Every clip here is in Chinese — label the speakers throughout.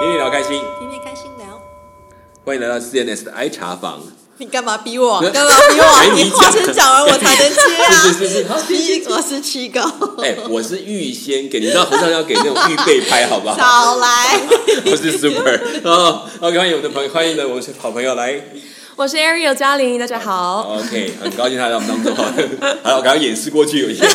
Speaker 1: 天天聊开心，
Speaker 2: 天天开心聊。
Speaker 1: 欢迎来到 CNS 的 I 茶房。
Speaker 2: 你干嘛逼我？干嘛逼我？
Speaker 1: 没
Speaker 2: 你
Speaker 1: 你
Speaker 2: 话先讲完，我才能接
Speaker 1: 是
Speaker 2: 啊！
Speaker 1: 是是是
Speaker 2: 七，我是七狗，
Speaker 1: 哎、我是预先给，你知道和尚要给那种预备拍，好不 好？
Speaker 2: 少来。
Speaker 1: 我是 Super 哦，OK，欢迎我们的朋友，欢迎呢我们的好朋友来。
Speaker 3: 我是 Ariel 嘉玲，大家好。
Speaker 1: OK，很高兴他来我们当中。 好了，我刚刚演示过去有一些，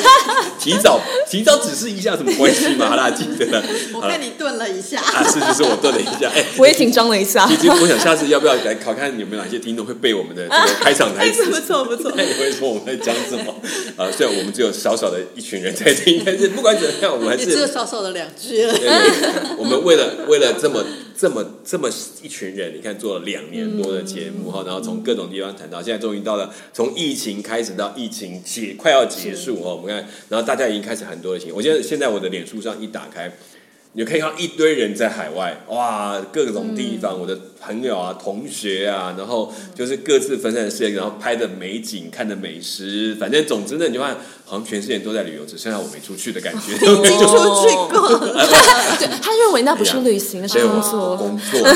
Speaker 1: 提早提早指示一下什么关系嘛？好啦，记得了。
Speaker 2: 我
Speaker 1: 好了
Speaker 2: 看，你顿了一下，
Speaker 1: 啊，是是是，我顿了一下。哎、
Speaker 3: 我也紧张了一下
Speaker 1: 其，实我想下次要不要来考看有没有哪些听众会背我们的这个开场台
Speaker 2: 哎，
Speaker 1: 词？
Speaker 2: 不错不 错
Speaker 1: 那。你会说我们在讲什么？啊，虽然我们只有少少的一群人在听，但是不管怎么样，我们还
Speaker 2: 也
Speaker 1: 是
Speaker 2: 只有少少的两句了。
Speaker 1: 对对 我们为了为了这么这么这么一群人，你看做了两年多的节目哈，然后从各种地方谈到，现在终于到了从疫情开始到疫情结快要结束哦，我们看，然后大家已经开始很多的行，我现在现在我的脸书上一打开。你就可以看到一堆人在海外，哇，各种地方，我的朋友啊、同学啊，然后就是各自分散的世界，然后拍的美景、看的美食，反正总之呢，你就看好像全世界人都在旅游，只剩下我没出去的感觉。
Speaker 2: 已经出去过了，
Speaker 3: 对他认为那不是旅行，那
Speaker 1: 所以
Speaker 3: 是
Speaker 1: 我
Speaker 3: 工
Speaker 1: 们工
Speaker 3: 作。
Speaker 1: 作嘛，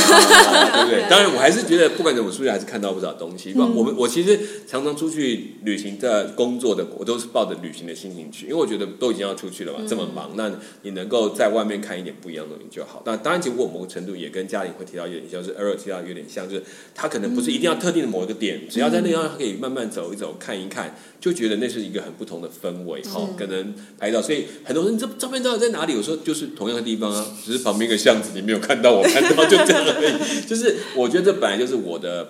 Speaker 1: 对不对？
Speaker 2: 对
Speaker 1: 当然，我还是觉得不管怎么出去，还是看到不少东西。不
Speaker 3: 嗯
Speaker 1: 然我们我其实常常出去旅行的工作的，我都是抱着旅行的心情去，因为我觉得都已经要出去了嘛，这
Speaker 3: 嗯
Speaker 1: 么忙，那你能够在外面看一点不一样的东西就好。那当然，其实我某个程度也跟家庭会提到有点像，就是偶尔提到有点像，就是他可能不是一定
Speaker 3: 嗯
Speaker 1: 要特定的某一个点，只要在那地方可以慢慢走一走、看一看，就觉得那是一个很不同的氛围。
Speaker 2: 嗯
Speaker 1: 好、可能拍照，所以很多人这照片到底在哪里？我说就是同样的地方啊，只是旁边一个巷子，你没有看到，我看到就这样而已。 就是我觉得这本来就是我的。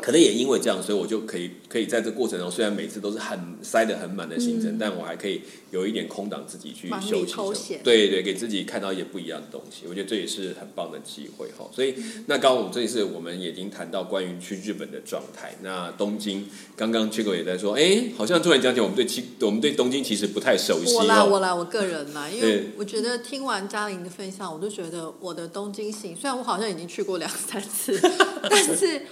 Speaker 1: 可能也因为这样，所以我就可以可以在这过程中，虽然每次都是很塞得很满的行程，但我还可以有一点空档自己去
Speaker 2: 嗯忙里
Speaker 1: 休息一下
Speaker 2: 偷闲
Speaker 1: 对对，给自己看到一些不一样的东西，我觉得这也是很棒的机会哈。所以那刚刚我们这一次我们也已经谈到关于去日本的状态，那东京刚刚 Chico 也在说，哎，好像突然讲起我们对其我们对东京其实不太熟悉
Speaker 2: 我啦
Speaker 1: 哦。
Speaker 2: 我啦我个人啦，因
Speaker 1: 对
Speaker 2: 为我觉得听完嘉玲的分享，我就觉得我的东京行，虽然我好像已经去过两 三次，但是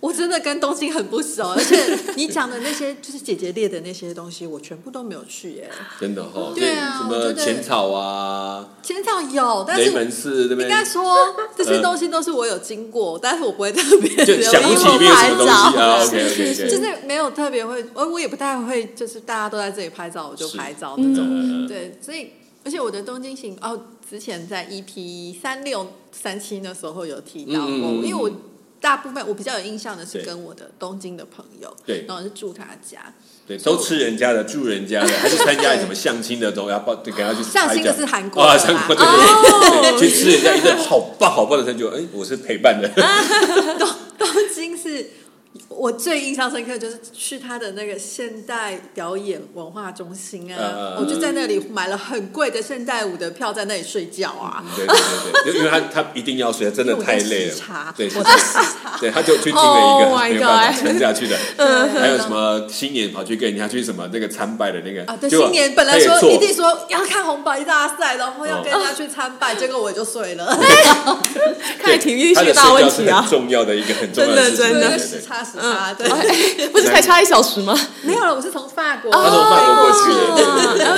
Speaker 2: 我真的跟东京很不熟，而且你讲的那些就是姐姐列的那些东西，我全部都没有去耶。
Speaker 1: 真的哈、
Speaker 2: 对啊
Speaker 1: 什
Speaker 2: 我
Speaker 1: 么
Speaker 2: 觉得
Speaker 1: 浅草啊、
Speaker 2: 前场有，但
Speaker 1: 雷
Speaker 2: 是
Speaker 1: 门呃寺这
Speaker 2: 应该
Speaker 1: 边，
Speaker 2: 说这些东西都是我有经过，但是我不会特别留
Speaker 1: 嗯就
Speaker 2: 意
Speaker 1: 想不起
Speaker 2: 或
Speaker 1: 里面有
Speaker 2: 拍
Speaker 1: 什么东西
Speaker 2: 照。
Speaker 1: 啊。OK
Speaker 3: 是
Speaker 1: OK
Speaker 3: 是
Speaker 2: 就
Speaker 1: OK，
Speaker 2: 是没有特别会，呃我我也不太会，就是大家都在这里拍照，我就拍照那种。
Speaker 1: 嗯，
Speaker 2: 对，所以而且我的东京行哦，之前在 EP 三六三七的时候有提到
Speaker 1: 嗯
Speaker 2: 过，
Speaker 1: 嗯嗯嗯
Speaker 2: 因为我大部分我比较有印象的是
Speaker 1: 对
Speaker 2: 跟我的东京的朋友，
Speaker 1: 对
Speaker 2: 然后是住他家，
Speaker 1: 对，都吃人家的、住人 家的，还是参加什么相亲的，都要报，就给他去
Speaker 2: 相亲
Speaker 1: 拍
Speaker 2: 的
Speaker 1: 照
Speaker 2: 是韩国
Speaker 1: 啊，
Speaker 2: 的
Speaker 1: 韩
Speaker 2: 啦哦
Speaker 1: 国对对对，去吃人家一顿好棒好棒的餐，就哎，我是陪 伴的，
Speaker 2: 东京是。我最印象深刻就是去他的那个现代表演文化中心啊，
Speaker 1: 嗯嗯嗯
Speaker 2: 我就在那里买了很贵的现代舞的票，在那里睡觉啊。
Speaker 1: 对对对对，因为他他一定要睡，他真的嗯太累
Speaker 2: 我在视
Speaker 1: 了
Speaker 2: 察，
Speaker 1: 对，
Speaker 2: 我在视察
Speaker 1: 对，他就去订了一
Speaker 3: Oh
Speaker 1: 个
Speaker 3: my
Speaker 1: 没有办
Speaker 3: God
Speaker 1: 法撑下去的，
Speaker 2: 对
Speaker 1: 还有什么新年跑去跟人家去什么那个参拜的那个
Speaker 2: 嗯啊，对，
Speaker 1: 结果
Speaker 2: 新年本来说
Speaker 1: 他也哦
Speaker 2: 一
Speaker 1: 错
Speaker 2: 定说要看红白大赛，然后要跟人家去参拜，结果我就睡了。
Speaker 3: 看来体育
Speaker 1: 他
Speaker 3: 是
Speaker 1: 的
Speaker 3: 个
Speaker 1: 睡
Speaker 3: 大问
Speaker 1: 觉是
Speaker 3: 题啊
Speaker 1: 很。重要的一个很重要事情，
Speaker 3: 真的
Speaker 2: 对
Speaker 1: 对
Speaker 2: 就
Speaker 1: 对
Speaker 2: 时
Speaker 1: 对。
Speaker 2: 差时
Speaker 3: 嗯
Speaker 2: 差，对，
Speaker 3: 哎 不是才差一小时吗？
Speaker 2: 没有了，我是从法国，
Speaker 1: 他从法国过去的，对对对
Speaker 3: 啊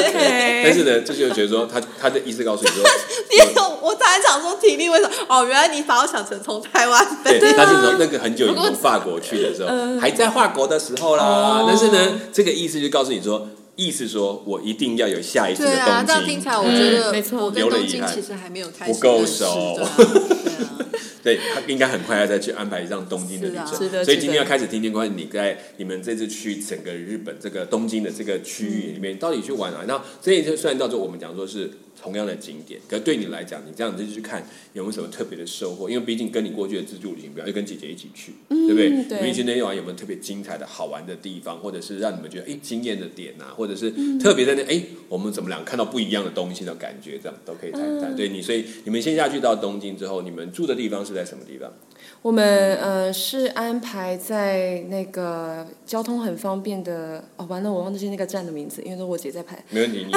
Speaker 1: 但是
Speaker 3: ，OK。
Speaker 1: 呢，这就觉得说他他的意思告诉你 说，
Speaker 2: 你有，我才想说体力为什么？哦，原来你把我想成从台湾飞，
Speaker 1: 对，
Speaker 3: 对
Speaker 1: 他是
Speaker 3: 啊
Speaker 1: 从那个很久以
Speaker 3: 不过
Speaker 1: 前法国去的时
Speaker 2: 嗯
Speaker 1: 候，还在法国的时候
Speaker 2: 哦
Speaker 1: 啦。但是呢，这个意思就告诉你说，意思说我一定要有下一次的
Speaker 2: 对啊，这样
Speaker 1: 东京
Speaker 2: 听起。来我觉得，
Speaker 3: 嗯没错
Speaker 2: 我跟
Speaker 1: 留了
Speaker 2: 东
Speaker 1: 遗
Speaker 2: 京
Speaker 1: 憾
Speaker 2: 其实还没有开
Speaker 1: 不
Speaker 2: 始
Speaker 1: 够
Speaker 2: 认识
Speaker 1: 熟
Speaker 2: 对啊对啊
Speaker 1: 对他应该很快要再去安排一趟东京的旅程，
Speaker 3: 是的
Speaker 1: 所以今
Speaker 3: 是的
Speaker 1: 天要开始听听关于你在你们这次去整个日本这个东京的这个区域里面到底去玩啊？那这一次虽然到时候我们讲说是同样的景点，可对你来讲，你这样子去看有没有什么特别的收获？因为毕竟跟你过去的自助旅行，比较就跟姐姐一起去，对不对？
Speaker 3: 对
Speaker 1: 你们今天玩有没有特别精彩的好玩的地方，或者是让你们觉得哎惊艳的点啊，或者是特别在那哎、我们怎么俩看到不一样的东西的感觉，这样都可以谈一谈。对你，所以你们先下去到东京之后，你们住的地方是在什么地方？
Speaker 3: 我们呃是安排在那个交通很方便的，哦，完了，我忘记那个站的名字，因为都我姐在排。
Speaker 1: 没问题，你你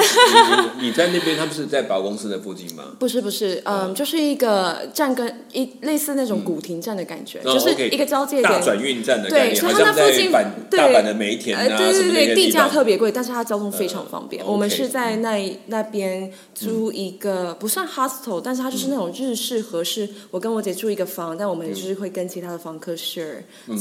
Speaker 1: 你你在那边，他们是在百货公司那附近吗？
Speaker 3: 不是不是，嗯，就是一个站跟一类似那种古亭站的感觉，
Speaker 1: 哦
Speaker 3: 就是
Speaker 1: OK，
Speaker 3: 一个交界
Speaker 1: 大
Speaker 3: 点。
Speaker 1: 转运站的概
Speaker 3: 对
Speaker 1: 念，
Speaker 3: 所以
Speaker 1: 好
Speaker 3: 它那
Speaker 1: 像在
Speaker 3: 附近
Speaker 1: 板
Speaker 3: 对
Speaker 1: 大阪的梅田
Speaker 3: 呃，
Speaker 1: 啊
Speaker 3: 对
Speaker 1: 什么
Speaker 3: 对
Speaker 1: 那
Speaker 3: 对，
Speaker 1: 些
Speaker 3: 地
Speaker 1: 地
Speaker 3: 价
Speaker 1: 方。
Speaker 3: 特别贵，但是它交通非常方便。
Speaker 1: 嗯
Speaker 3: 我们
Speaker 1: OK，
Speaker 3: 是在那那边租一个不算 hostel，但是它
Speaker 1: 嗯
Speaker 3: 就是那种日式合适。我跟我姐住一个房，但我们就是会跟其他的房客 share，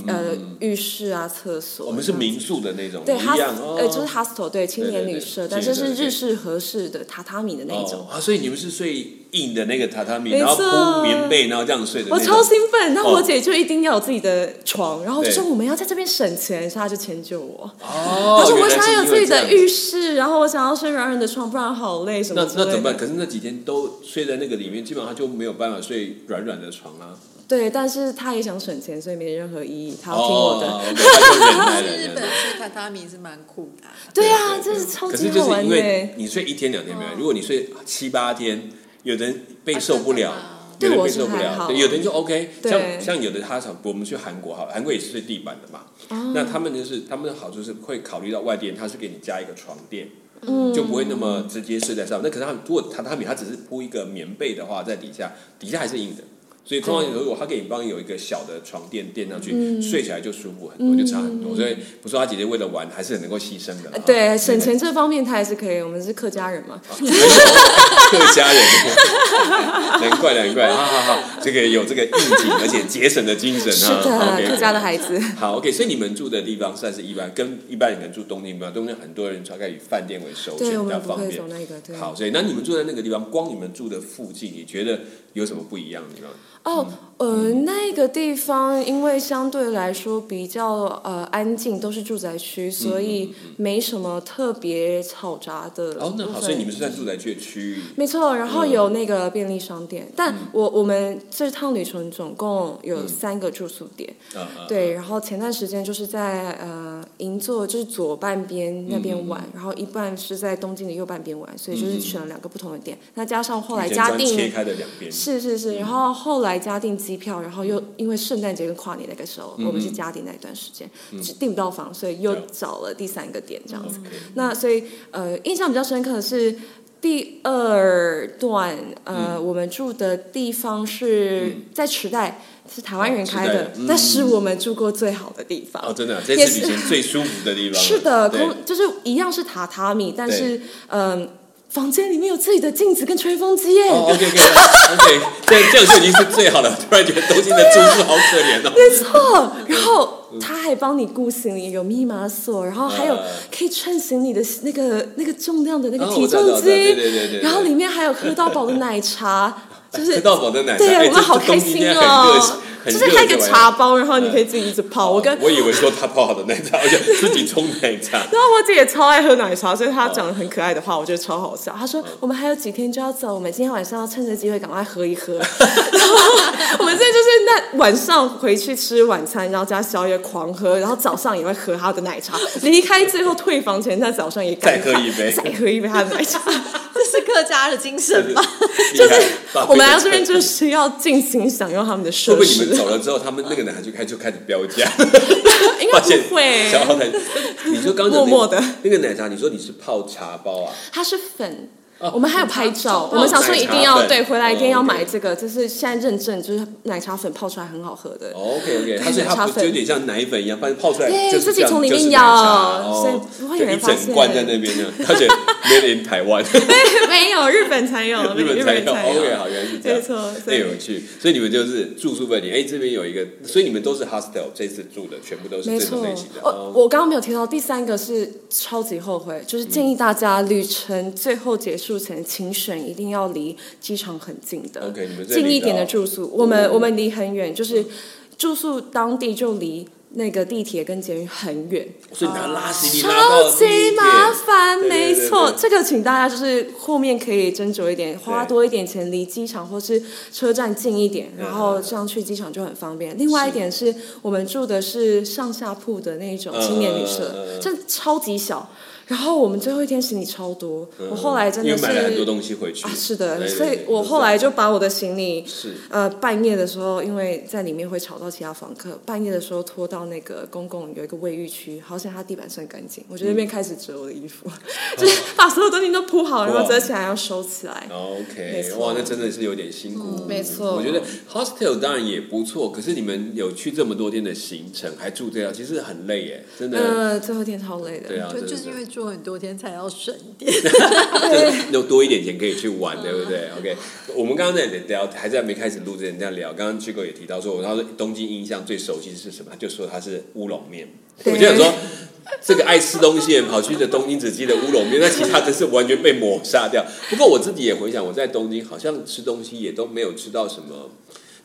Speaker 3: 呃，浴室啊、厕所。
Speaker 1: 嗯我们是
Speaker 3: 这样
Speaker 1: 民宿的那种，
Speaker 3: 对
Speaker 1: 一
Speaker 3: hostel，
Speaker 1: 样哦，
Speaker 3: 呃，就是 hostel，对青年旅
Speaker 1: 对对对
Speaker 3: 社，但是
Speaker 1: 青年
Speaker 3: 是
Speaker 1: 旅社
Speaker 3: 日式合适的榻榻米的那一种。
Speaker 1: 哦啊，所以你们是睡硬的那个榻榻米，
Speaker 3: 没
Speaker 1: 然后
Speaker 3: 错
Speaker 1: 铺棉被，然后这样睡的那
Speaker 3: 我
Speaker 1: 种。
Speaker 3: 超兴奋，然后
Speaker 1: 哦
Speaker 3: 我姐就一定要有自己的床，然后就
Speaker 1: 对
Speaker 3: 说我们要在这边省钱，所以她就迁就我。
Speaker 1: 哦，
Speaker 3: 她说我
Speaker 1: 原来
Speaker 3: 想
Speaker 1: 是
Speaker 3: 要有
Speaker 1: 因
Speaker 3: 自
Speaker 1: 为
Speaker 3: 己
Speaker 1: 这样
Speaker 3: 的浴室，然后我想要睡软软的床，不然好累什
Speaker 1: 那
Speaker 3: 么之类
Speaker 1: 那
Speaker 3: 的。
Speaker 1: 怎么办？可是那几天都睡在那个里面，基本上就没有办法睡软软的床啊。
Speaker 3: 对，但是她也想省钱，所以没任何意义，她要听我的。
Speaker 1: 哦，OK，他就忍耐了
Speaker 2: 去啊日
Speaker 1: 这
Speaker 2: 本
Speaker 1: 样
Speaker 2: 睡榻榻米是蛮酷的啊、
Speaker 3: 对啊，
Speaker 1: 对
Speaker 3: 这
Speaker 1: 对
Speaker 3: 是超
Speaker 1: 可
Speaker 3: 级
Speaker 1: 是就
Speaker 3: 好
Speaker 1: 是
Speaker 3: 玩
Speaker 1: 因
Speaker 3: 的
Speaker 1: 为
Speaker 3: 欸。
Speaker 1: 你睡一天两天没有
Speaker 2: 哦，
Speaker 1: 如果你睡七八天，有的人被
Speaker 2: 啊
Speaker 1: 受不了
Speaker 2: 真
Speaker 1: 有的人
Speaker 2: 的吗。
Speaker 3: 对我
Speaker 1: 被
Speaker 3: 是
Speaker 1: 受不
Speaker 3: 还
Speaker 1: 了，
Speaker 3: 好
Speaker 1: 对，有的人就 OK，
Speaker 3: 对
Speaker 1: 像像有的他想，我们去韩国好了，韩国也是睡地板的嘛。
Speaker 3: 哦
Speaker 1: 那他们就是他们的好处是会考虑到外地人，他是给你加一个床垫，
Speaker 3: 嗯
Speaker 1: 就不会那么直接睡在上面。那可是他们如果榻榻米，他只是铺一个棉被的话，在底下底下还是硬的，所以通常如果他给你帮你有一个小的床垫垫上去，
Speaker 3: 嗯
Speaker 1: 睡起来就舒服很多，就差很多。所以不是他姐姐为了玩，还是很能够牺牲的啦。
Speaker 3: 对，省钱这方面她还是可以，我们是客家人嘛。
Speaker 1: 客家人， 难怪难怪，好好好，这个有这个应景而且节省的精神
Speaker 3: 是
Speaker 1: 啊。
Speaker 3: 的，
Speaker 1: OK，
Speaker 3: 客家的孩 子。
Speaker 1: 好，OK，所以你们住的地方算是一般，跟一般人住东京吧，东京很多人大概以饭店为首选，
Speaker 3: 对，我
Speaker 1: 比较
Speaker 3: 们不
Speaker 1: 方
Speaker 3: 会
Speaker 1: 便
Speaker 3: 走。那个。对。
Speaker 1: 好，所以那你们住在那个地方，光你们住的附近，你觉得有什么不一样的地方？
Speaker 3: 哦，呃，那个地方因为相对来说比较呃安静，都是住宅区，所以没什么特别吵杂的部分。
Speaker 1: 哦，那好，所以你们是在住宅区的区域，
Speaker 3: 没错，然后
Speaker 1: 嗯
Speaker 3: 有那个便利商店，但我我们这趟旅程总共有三个住宿点，
Speaker 1: 啊啊，
Speaker 3: 对，然后前段时间就是在呃银座，就是左半边那边玩，然后一半是在东京的右半边玩，所以
Speaker 1: 嗯
Speaker 3: 就
Speaker 1: 嗯
Speaker 3: 是
Speaker 1: 嗯
Speaker 3: 选了两个不同的点，那加上后
Speaker 1: 以
Speaker 3: 来
Speaker 1: 前
Speaker 3: 嘉
Speaker 1: 专切
Speaker 3: 定
Speaker 1: 开的嗯两边，
Speaker 3: 是是是，然后后来加订机票，然后又因为圣诞节跟跨年那个时候，我们是加订那一段时间，只订不到房，所以又
Speaker 1: 嗯对
Speaker 3: 找了第三个点这样子。
Speaker 1: OK，
Speaker 3: 那所以呃，印象比较深刻的是第二段，呃，我们住的地方是在池袋，是台湾人开
Speaker 1: 池袋
Speaker 3: 的
Speaker 1: 的嗯，
Speaker 3: 那是我们住过最好的地方
Speaker 1: 哦，。真的，这
Speaker 3: 也
Speaker 1: 次
Speaker 3: 是
Speaker 1: 旅行最舒服的地方了，
Speaker 3: 是的，
Speaker 1: 对
Speaker 3: 空就是一样是榻榻米，但
Speaker 1: 对
Speaker 3: 是嗯、房间里面有自己的镜子跟吹风机耶。
Speaker 1: 哦，OK OK OK，这样这样就已经是最好了。突然觉得东京的住宿好可怜哦。
Speaker 3: 没错，然后
Speaker 1: 嗯
Speaker 3: 他还帮你雇行李，有密码锁，然后还有
Speaker 1: 呃
Speaker 3: 可以称行李的那个那个重量的那个
Speaker 1: 哦
Speaker 3: 体
Speaker 1: 我知道
Speaker 3: 重
Speaker 1: 我知道
Speaker 3: 机，
Speaker 1: 对对对对对
Speaker 3: 然后里面还有喝到饱的奶茶， 就是
Speaker 1: 吃到饱的奶茶，
Speaker 3: 对
Speaker 1: 哎
Speaker 3: 我们好开心哦，
Speaker 1: 这这东
Speaker 3: 就是
Speaker 1: 京应该很热很热嗯这
Speaker 3: 它一个
Speaker 1: 玩意儿
Speaker 3: 茶包，然后你可以自己一直泡，我跟。
Speaker 1: 我以为说他泡好的奶茶，而且自己冲奶茶。
Speaker 3: 然后我姐也超爱喝奶茶，所以
Speaker 1: 嗯
Speaker 3: 她讲的很可爱的话，我觉得超好笑。她说：“我们还有几天就要走，我们今天晚上要趁着机会赶快喝一喝。” 然后我们现在就是那晚上回去吃晚餐，然后加宵夜狂喝，然后早上也会喝她的奶茶。离开最后退房前，她早上也赶快
Speaker 1: 再喝一杯
Speaker 3: 再喝一杯她的 奶茶。
Speaker 2: 这是客家的精神吧？
Speaker 1: 就
Speaker 3: 就是我们来到这边就是要尽情享用他们的
Speaker 1: 会不
Speaker 3: 设
Speaker 1: 会你
Speaker 3: 施
Speaker 1: 们，走了之后，他们那个奶茶就开就开始标价？
Speaker 3: 应该
Speaker 1: 发现
Speaker 3: 不会。
Speaker 1: 小 号奶，你说刚才
Speaker 3: 默默地
Speaker 1: 那个奶茶，你说你是泡茶包啊？
Speaker 3: 它是粉。
Speaker 1: 哦
Speaker 3: 我们还有拍照，
Speaker 2: 粉
Speaker 3: 我们想说一定
Speaker 1: 奶茶
Speaker 3: 要
Speaker 1: 粉
Speaker 3: 对，回来一定
Speaker 1: 哦
Speaker 3: 要
Speaker 1: ，OK
Speaker 3: 买这个，这是现在认证，就是奶茶粉泡出来很好喝的。
Speaker 1: OK OK，它所以
Speaker 3: 奶
Speaker 1: 它
Speaker 3: 茶
Speaker 1: 不
Speaker 3: 粉
Speaker 1: 就有点像奶粉一样，反正泡出来
Speaker 3: 对
Speaker 1: 就是
Speaker 3: 自
Speaker 1: 这
Speaker 3: 己
Speaker 1: 样
Speaker 3: 从里面
Speaker 1: 就是奶茶
Speaker 3: 舀
Speaker 1: 哦
Speaker 3: 所以不会有人
Speaker 1: 就一整罐在那边呢，而且 made in 台湾，
Speaker 3: 没有，日本才有，
Speaker 1: 日本才有。
Speaker 3: 才
Speaker 1: OK，好，原来是这样，
Speaker 3: 没错所
Speaker 1: 那
Speaker 3: 以
Speaker 1: 有趣。所以你们就是住宿问题，哎，这边有一个，所以你们都是 hostel，这次住的全部都是
Speaker 3: 没
Speaker 1: 这种
Speaker 3: 错
Speaker 1: 类型的。，
Speaker 3: 我
Speaker 1: 哦
Speaker 3: 我刚刚没有提到第三个是超级后悔，就是建议大家旅程最后结束前，请选一定要离机场很近的
Speaker 1: OK，你们这里
Speaker 3: 近一点
Speaker 1: 到嗯
Speaker 3: 的住宿。我们我们离很远，就是住宿当地就离那个地铁跟捷运很远，
Speaker 1: 所以你拿拉行李拉
Speaker 3: 超
Speaker 1: 到地
Speaker 3: 级
Speaker 1: 铁
Speaker 3: 麻烦，
Speaker 1: 对对
Speaker 3: 没
Speaker 1: 对
Speaker 3: 错，
Speaker 1: 对
Speaker 3: 这个请大家就是后面可以斟酌一点，花多一点钱离机场或是车站近一点，然后这样去机场就很方便。另外一点是我们住的是上下铺的那一种青年旅
Speaker 1: 嗯嗯嗯
Speaker 3: 社
Speaker 1: 嗯，
Speaker 3: 这超级小。然后我们最后一天行李超多，我后来真
Speaker 1: 因
Speaker 3: 的
Speaker 1: 为
Speaker 3: 是
Speaker 1: 买了很多东西回去。
Speaker 3: 啊，是
Speaker 1: 对
Speaker 3: 的，
Speaker 1: 对
Speaker 3: 所以
Speaker 1: 对
Speaker 3: 我
Speaker 1: 都
Speaker 3: 后
Speaker 1: 这
Speaker 3: 来
Speaker 1: 样
Speaker 3: 就把我的行李，
Speaker 1: 是
Speaker 3: 呃，半夜的时候，因为在里面会吵到其他房客，半夜的时候拖到那个公共有一个卫浴区，好像它地板算干净，我就那边开始折我的衣服， 就是把所有东西都铺好，然后
Speaker 1: 哇
Speaker 3: 折起来要收起来。
Speaker 1: 嗯
Speaker 3: 没
Speaker 1: OK，
Speaker 3: 错嗯
Speaker 1: 哇，那真的是有点辛苦。
Speaker 3: 没错
Speaker 1: 我觉得 hostel 当然也不错，可是你们有去这么多天的行程，还住这样，其实很累耶，真的。
Speaker 3: 呃，最后一天超累的。
Speaker 1: 对啊，
Speaker 2: 就
Speaker 1: 真的
Speaker 2: 就是因为住很多天才要省电，
Speaker 1: 就是有多一点钱可以去玩，对不对？OK，我们刚刚在聊，还在没开始录之前在聊，刚刚 Chico 也提到说，我他说东京印象最熟悉是什么？他就说他是乌龙面，我
Speaker 3: 对
Speaker 1: 就想说。这个爱吃东西的人跑去的东京只记得乌龙面，那其他真是完全被抹杀掉。不过我自己也回想，我在东京好像吃东西也都没有吃到什么，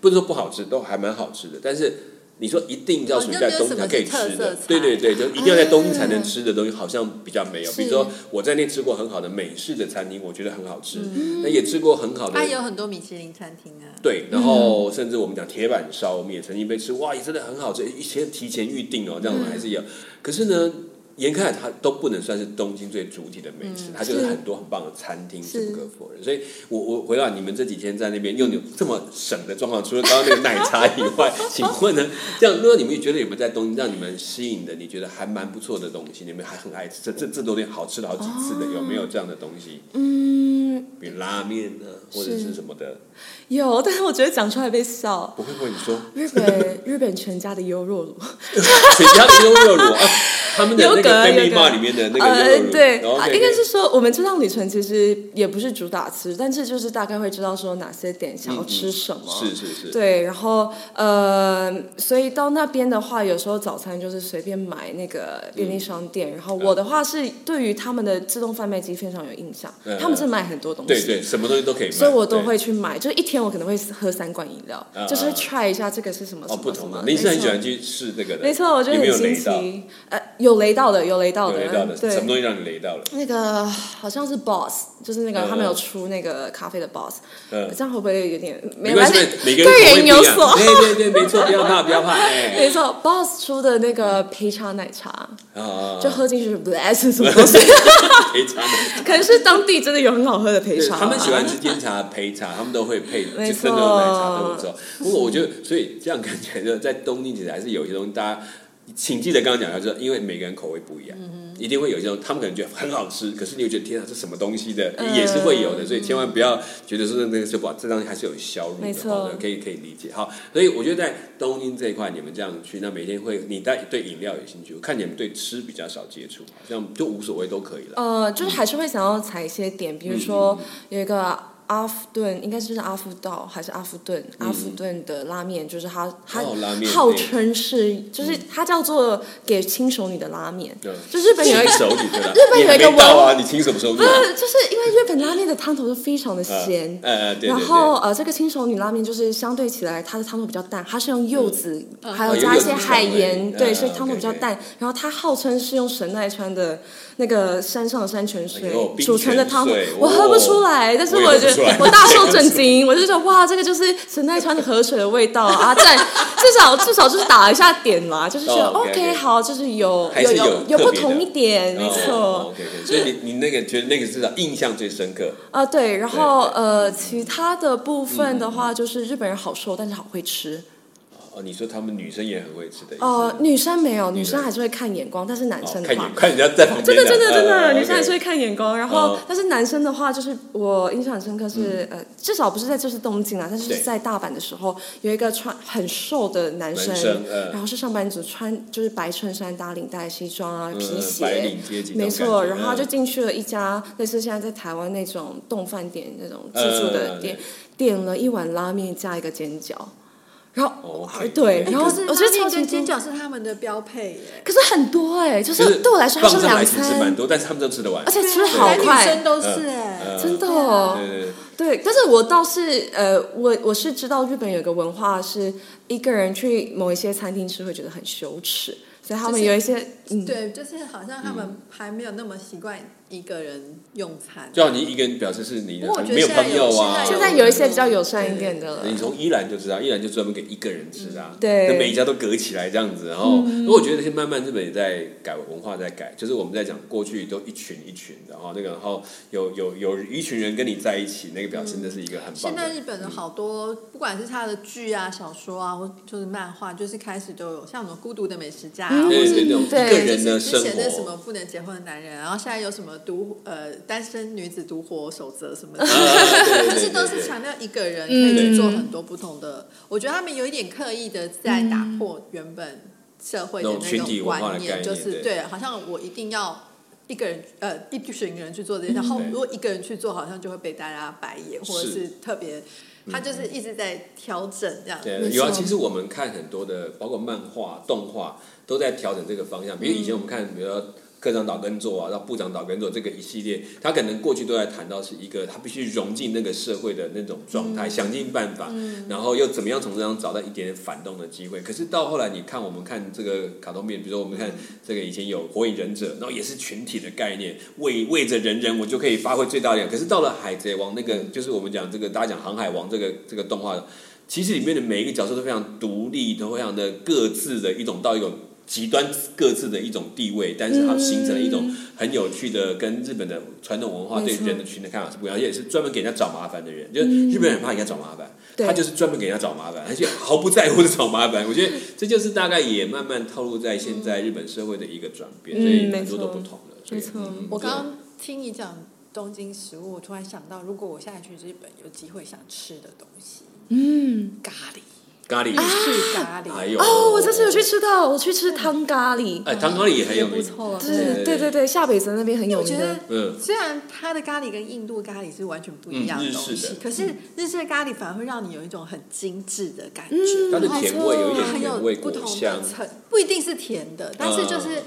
Speaker 1: 不是说不好吃，都还蛮好吃的。但是你说一定要属于在东京才可以
Speaker 2: 好像没
Speaker 1: 吃
Speaker 2: 有什么
Speaker 1: 的
Speaker 2: 是特色菜，
Speaker 1: 对对对，就一定要在东京才能吃的东西，好像比较没有。
Speaker 2: 是
Speaker 1: 比如说我在那吃过很好的美式的餐厅，我觉得很好吃，那也吃过很好的
Speaker 2: 它。也有很多米其林餐厅啊。
Speaker 1: 对，然后甚至我们讲铁板烧，我们也曾经被吃，哇，也真的很好吃，一些提前预定哦，这样我们还是有。可是呢，严看它都不能算是东京最主体的美食，它就是
Speaker 3: 是
Speaker 1: 很多很棒的餐厅
Speaker 3: 是
Speaker 1: 嗯是嗯不可否认。所以我我回到你们这几天在那边用有这么省的状况，除了刚刚那个奶茶以外，请问 呢，这样如果你们觉得有没有在东京让你们吸引的，你觉得还蛮不错的东西，你们还很爱吃，这这这都有点好吃了好几次的，有没有这样的东西？
Speaker 3: 嗯，
Speaker 1: 比如拉面呢、或者
Speaker 3: 是
Speaker 1: 是什么的？
Speaker 3: 有，但是我觉得讲出来被笑。
Speaker 1: 不会不会，你说。
Speaker 3: 日本日本全家的优若乳，
Speaker 1: 全家的优酪乳啊，他们的那
Speaker 3: 优格
Speaker 1: 个 Family
Speaker 3: 优格
Speaker 1: Mart 里面的那个
Speaker 3: 呃
Speaker 1: 优酪乳，，
Speaker 3: 对，
Speaker 1: 然后
Speaker 3: 啊
Speaker 1: 可以
Speaker 3: 应该是说我们这趟旅程其实也不是主打吃，但是就是大概会知道说哪些点想要
Speaker 1: 嗯嗯
Speaker 3: 吃什么。
Speaker 1: 是是是，
Speaker 3: 对，然后呃，所以到那边的话，有时候早餐就是随便买那个
Speaker 1: 嗯
Speaker 3: 便利商店。然后我的话是对于他们的自动贩卖机非常有印象，
Speaker 1: 嗯
Speaker 3: 他们是卖很多东西。
Speaker 1: 对对，什么东西都可以卖，
Speaker 3: 所以我都
Speaker 1: 对
Speaker 3: 会去买，就是一天我可能会喝三罐饮料，
Speaker 1: 啊
Speaker 3: 就是
Speaker 1: 啊啊
Speaker 3: try 一下这个是什么什
Speaker 1: 哦不
Speaker 3: 么什
Speaker 1: 同
Speaker 3: 么
Speaker 1: 的，。你是很
Speaker 3: 没
Speaker 1: 喜
Speaker 3: 错
Speaker 1: 欢去试这个的，
Speaker 3: 没错，我觉得
Speaker 1: 有没
Speaker 3: 很
Speaker 1: 有
Speaker 3: 新
Speaker 1: 雷到？
Speaker 3: 奇。呃，有雷到的，有雷到
Speaker 1: 有
Speaker 3: 的，
Speaker 1: 雷到的，什么东
Speaker 3: 对。
Speaker 1: 西让你雷到了？
Speaker 3: 那个好像是 Boss，就是那个、
Speaker 1: 嗯
Speaker 3: 他们有出那个咖啡的 Boss，、
Speaker 1: 嗯，
Speaker 3: 这样会不会有点
Speaker 1: 没
Speaker 3: 没
Speaker 1: 关
Speaker 3: 关
Speaker 1: 系
Speaker 3: 系，？
Speaker 1: 每个人口
Speaker 3: 对
Speaker 1: 味
Speaker 3: 人
Speaker 1: 不
Speaker 3: 有
Speaker 1: 一样
Speaker 3: 所。
Speaker 1: 对对对，没错，不要怕不要怕，哎，
Speaker 3: 没错，Boss 出的那个焙茶奶茶，
Speaker 1: 啊啊，啊
Speaker 3: 就喝进去 bless 是什么东西，
Speaker 1: 陪茶的，
Speaker 3: 可能是当地真的有很好喝的焙
Speaker 1: 对
Speaker 3: 茶吧。
Speaker 1: 他们喜欢吃煎茶、 焙茶，他们都会配，就
Speaker 3: 没
Speaker 1: 真的有奶茶
Speaker 3: 错
Speaker 1: 都不错。不过我觉得，所以这样感觉就在东京其实还是有一些东西，大家请记得刚刚讲到，就是因为每个人口味不一样，
Speaker 3: 嗯
Speaker 1: 一定会有一些东西他们可能觉得很好吃，可是你又觉得天啊，这什么东西的，
Speaker 3: 嗯
Speaker 1: 也是会有的，所以千万不要觉得说那个就把这东西还是有销路
Speaker 3: 没
Speaker 1: 的，
Speaker 3: 错
Speaker 1: 好的可以可以理解。好，所以我觉得在东京这一块，你们这样去，那每天会你在对饮料有兴趣，我看你们对吃比较少接触，好像就无所谓都可以了。
Speaker 3: 呃，就是还是会想要踩一些点，
Speaker 1: 嗯
Speaker 3: 比如说有一个阿夫顿，应该就是阿夫道还是阿夫顿，阿夫顿的拉面，就是它它
Speaker 1: 嗯哦拉面
Speaker 3: 号
Speaker 1: 对嗯
Speaker 3: 称是，就是它叫做给轻熟女的拉面，
Speaker 1: 对
Speaker 3: 就日本有一
Speaker 1: 亲手你对吧？
Speaker 3: 日本有一个
Speaker 1: 你还没到啊，你亲什么时候
Speaker 3: 不
Speaker 1: 入啊？
Speaker 3: 是， 就是因为日本拉面的汤头都非常的咸。
Speaker 1: 呃呃，对对对。
Speaker 3: 然后呃，这个轻熟女拉面就是相对起来，它的汤头比较淡，它是用柚子，
Speaker 2: 嗯
Speaker 3: 还
Speaker 1: 哦
Speaker 3: 有
Speaker 1: 有
Speaker 3: 加一
Speaker 1: 柚子
Speaker 3: 些海
Speaker 1: 香味
Speaker 3: 盐，
Speaker 1: 嗯
Speaker 3: 对，
Speaker 1: 嗯
Speaker 3: 所以汤头比较
Speaker 1: OK，OK
Speaker 3: 淡。然后它号称是用神奈川的那个山上的山泉水
Speaker 1: 哎呦冰
Speaker 3: 煮成的
Speaker 1: 泉
Speaker 3: 汤头
Speaker 1: 水，
Speaker 3: 我喝
Speaker 1: 哦
Speaker 3: 不出来，但是
Speaker 1: 我也喝
Speaker 3: 我
Speaker 1: 不
Speaker 3: 觉
Speaker 1: 出来
Speaker 3: 得我大受震惊， 我就说哇，这个就是神奈川的河水的味道啊！但 至少至少就是打一下点啦，就是说
Speaker 1: 哦，OK，OK
Speaker 3: OK 好，就是有
Speaker 1: 还
Speaker 3: 有
Speaker 1: 是有
Speaker 3: 有
Speaker 1: 特别
Speaker 3: 有不
Speaker 1: 的哦
Speaker 3: 同一点，没错。
Speaker 1: o k OK，所以你你那个觉得那个至少印象最深刻，
Speaker 3: 啊，对，然后呃，其他的部分的话，就是日本人好瘦，但是好会吃。
Speaker 1: 哦，你说他们女生也很会吃的意思，
Speaker 3: 呃，女生没有，女
Speaker 1: 生
Speaker 3: 生还是会看眼光，但是男
Speaker 1: 哦
Speaker 3: 生
Speaker 1: 看
Speaker 3: 的话
Speaker 1: 眼， 看人家在旁边，
Speaker 3: 真的真的真
Speaker 1: 呃
Speaker 3: 的，
Speaker 1: ，OK
Speaker 3: 女生还是会看眼光。然
Speaker 1: 哦嗯
Speaker 3: 后，但是男生的话，就是我印象很深刻是呃，至少不是在这次东京啊，但是
Speaker 1: 对
Speaker 3: 是在大阪的时候，有一个穿很瘦的男生
Speaker 1: 男生呃，
Speaker 3: 然后是上班族，穿就是白衬衫、打领带、西装啊、皮鞋，
Speaker 1: 嗯白领阶级那种
Speaker 3: 没
Speaker 1: 感
Speaker 3: 错，
Speaker 1: 觉
Speaker 3: 然后他就
Speaker 1: 嗯
Speaker 3: 进去了一家类似现在在台湾那种冻饭店那种自助
Speaker 1: 嗯嗯
Speaker 3: 的
Speaker 1: 嗯
Speaker 3: 店，点了一碗拉面加一个煎饺，然后、
Speaker 1: OK
Speaker 3: 啊对，
Speaker 1: 哎
Speaker 3: 然后
Speaker 2: 可是
Speaker 3: 我觉得
Speaker 2: 拉面
Speaker 3: 超级
Speaker 2: 跟煎
Speaker 3: 多，
Speaker 2: 饺是他们的标配耶，
Speaker 3: 可是很多哎、就
Speaker 1: 就是
Speaker 3: 是对我来说它
Speaker 1: 放
Speaker 3: 是
Speaker 1: 上来
Speaker 3: 两
Speaker 1: 其实蛮
Speaker 3: 餐，
Speaker 1: 多，但是他们都吃得完，
Speaker 3: 而且吃
Speaker 2: 对啊
Speaker 3: 得好
Speaker 2: 男女
Speaker 3: 快
Speaker 2: 生。都是哎
Speaker 1: 嗯，
Speaker 3: 真的哦
Speaker 1: 对对对，
Speaker 3: 对，但是我倒是呃，我我是知道日本有个文化是一个人去某一些餐厅吃会觉得很羞耻，所以他们
Speaker 2: 就是
Speaker 3: 有一些、嗯，
Speaker 2: 对，就是好像他们还没有那么习惯一个人用餐。啊
Speaker 1: 就好你一个人表示是你的
Speaker 2: 不过我觉得
Speaker 1: 没有朋友啊。
Speaker 3: 现在有一些比较友善一点的了
Speaker 1: 你。从依兰就知道，依兰就专门给一个人吃的、啊
Speaker 3: 对
Speaker 1: 那每一家都隔起来这样子。然后，因为我觉得现在慢慢日本也在改文化，在改，就是我们在讲过去都一群一群的哈，那个然后有有有一群人跟你在一起，那个表现的是一个很棒
Speaker 2: 现在
Speaker 1: 的。
Speaker 2: 日本的好多，不管是他的剧啊、小说啊，或就是漫画，就是开始都有像什么《孤独的美食家》啊，
Speaker 3: 嗯
Speaker 2: 或
Speaker 1: 对
Speaker 2: 者
Speaker 1: 对，
Speaker 2: 是
Speaker 1: 那种一
Speaker 3: 对
Speaker 1: 个人的
Speaker 2: 之
Speaker 1: 生
Speaker 2: 前的什么
Speaker 1: 活，啊
Speaker 2: 不能结婚的男人，然后现在有什么独呃单身女子独活守则什么的，
Speaker 1: 啊 对对对
Speaker 2: 就是都
Speaker 1: 对
Speaker 2: 是
Speaker 1: 对
Speaker 2: 强调一个人可以去
Speaker 3: 嗯
Speaker 2: 做很多不同的。我觉得他们有一点刻意的在打破原本社会的
Speaker 1: 那种群体
Speaker 2: 种
Speaker 1: 文化的概
Speaker 2: 观
Speaker 1: 念
Speaker 2: 念，就
Speaker 1: 对
Speaker 2: 是对，好像我一定要。一个人，呃，一群人去做这些，然后
Speaker 1: 对
Speaker 2: 如果一个人去做，好像就会被大家白眼，或者
Speaker 1: 是嗯
Speaker 2: 是特别，他就是一直在调整这样。
Speaker 1: 对，有啊。其实我们看很多的，包括漫画、动画，都在调整这个方向。比如以前我们看，比如说科长岛耕作啊，然后部长岛耕作这个一系列，他可能过去都在谈到是一个他必须融进那个社会的那种状态，想尽办法，然后又怎么样从中央找到一点点反动的机会。可是到后来，你看我们看这个卡通片，比如说我们看这个以前有火影忍者，然后也是群体的概念，为为着人人我就可以发挥最大力量。可是到了海贼王那个，就是我们讲这个大家讲航海王这个这个动画。其实里面的每一个角色都非常独立，都非常的各自的一种到一种极端各自的一种地位，但是它形成了一种很有趣的跟日本的传统文化对
Speaker 3: 没错
Speaker 1: 人的群体看啊法是不一样，而且是专门给人家找麻烦的人，就是日本人很怕给人家找麻烦，
Speaker 3: 对
Speaker 1: 他就是专门给人家找麻烦，而且毫不在乎的找麻烦。我觉得这就是大概也慢慢透露在现在日本社会的一个转变，
Speaker 3: 嗯
Speaker 1: 所以
Speaker 3: 没
Speaker 1: 很多
Speaker 3: 错
Speaker 1: 都不同了。所以
Speaker 3: 没错
Speaker 1: 嗯
Speaker 2: 我刚刚听你讲东京食物，我突然想到，如果我现在去日本，有机会想吃的东西，
Speaker 3: 嗯，
Speaker 2: 咖喱，
Speaker 1: 咖喱，
Speaker 2: 是咖喱，
Speaker 1: 还有
Speaker 3: 哦，我这次有去吃到，我去吃汤咖喱，
Speaker 1: 哎，汤咖喱也很有
Speaker 2: 也
Speaker 1: 名
Speaker 2: 不，错
Speaker 3: 就
Speaker 1: 对
Speaker 3: 是
Speaker 1: 对
Speaker 3: 对对对，下北泽那边很有
Speaker 2: 我觉
Speaker 3: 名
Speaker 2: 得
Speaker 3: 的。
Speaker 1: 嗯。
Speaker 2: 虽然它的咖喱跟印度咖喱是完全不一样
Speaker 1: 嗯日式
Speaker 2: 的东西，
Speaker 1: 的
Speaker 2: 可是日式的咖喱反而会让你有一种很精致的感觉，
Speaker 1: 嗯它的甜味有一点
Speaker 2: 它很
Speaker 1: 甜味
Speaker 2: 有
Speaker 1: 果
Speaker 2: 不同
Speaker 1: 香
Speaker 2: 的，层，不一定是甜的，但是就是、
Speaker 1: 嗯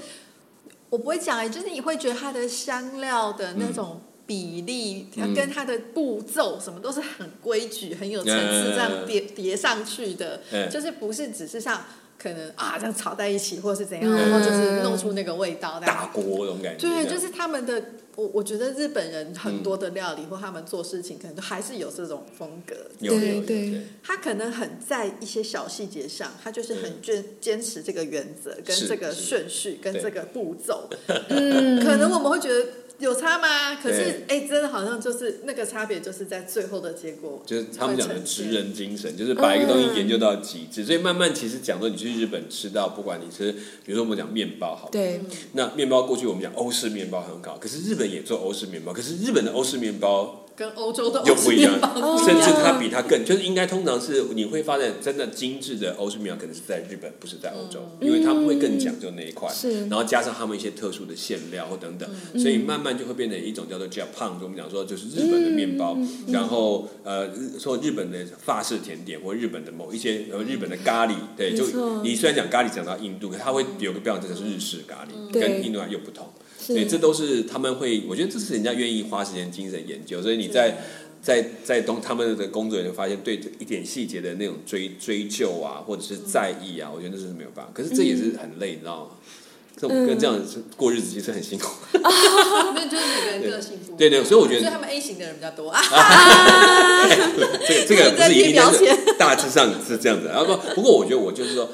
Speaker 2: 我不会讲哎，就是你会觉得它的香料的那种比例，
Speaker 1: 嗯
Speaker 2: 跟它的步骤什么都是很规矩、很有层次这样叠、叠上去的，
Speaker 1: 嗯
Speaker 2: 就是不是只是像可能啊这样炒在一起，或者是怎样，
Speaker 3: 嗯
Speaker 2: 或者是弄出那个味道这样
Speaker 1: 大锅那种感觉。
Speaker 2: 对，
Speaker 1: 这样
Speaker 2: 就是他们的，我我觉得日本人很
Speaker 1: 嗯
Speaker 2: 多的料理或他们做事情，可能都还是有这种风格。
Speaker 1: 有有有有
Speaker 3: 对
Speaker 1: 对
Speaker 2: 他可能很在一些小细节上，他就是很坚坚持这个原则、跟
Speaker 1: 嗯是
Speaker 2: 这个
Speaker 1: 是
Speaker 2: 顺序、跟
Speaker 1: 对
Speaker 2: 这个步 骤。
Speaker 3: 嗯，
Speaker 2: 可能我们会觉得有差吗？可是
Speaker 1: 对
Speaker 2: 哎、真的好像就是那个差别，就是在最后的结果会呈现，
Speaker 1: 就是他们讲的职人精神，就是把一个东西
Speaker 3: 嗯
Speaker 1: 研究到极致。所以慢慢其实讲说，你去日本吃到，不管你吃，比如说我们讲面包好了，
Speaker 3: 对，
Speaker 1: 那面包过去我们讲欧式面包很好，可是日本也做欧式面包，可是日本的欧式面包
Speaker 2: 跟欧洲的
Speaker 1: 又不一样
Speaker 2: 欧式面包
Speaker 3: 哦
Speaker 1: 甚至它比它更，就是应该通常是你会发现真的精致的欧式面包可能是在日本，不是在欧洲，因为他们会更讲究那一块，
Speaker 3: 是
Speaker 1: 然后加上他们一些特殊的馅料或等等，
Speaker 3: 嗯
Speaker 1: 所以慢慢就会变成一种叫做 Japan，就我们讲说就是日本的面包，
Speaker 3: 嗯
Speaker 1: 然后呃日说日本的法式甜点或日本的某一些呃日本的咖喱，对，
Speaker 3: 没
Speaker 1: 就
Speaker 3: 错
Speaker 1: 你虽然讲咖喱讲到印度，可它会有个标准就是日式咖喱，
Speaker 3: 嗯对
Speaker 1: 跟印度又不同。所以
Speaker 3: 是
Speaker 1: 这都是他们会，我觉得这是人家愿意花时间、精神研究。所以你在在在东他们的工作人员发现对这一点细节的那种追追究啊，或者是在意啊，我觉得那是没有办法。可是这也是很累，你知道吗？这种跟这样子过日子其实很辛苦。
Speaker 2: 那就是每个人个性不一样。
Speaker 1: 对对所以我觉得
Speaker 2: 所以 他们 A 型的人比较多啊。
Speaker 1: 这个这个不是一定，但
Speaker 2: 在贴标
Speaker 1: 是
Speaker 2: 签
Speaker 1: 大致上是这样子。然后不不过我觉得我就是说，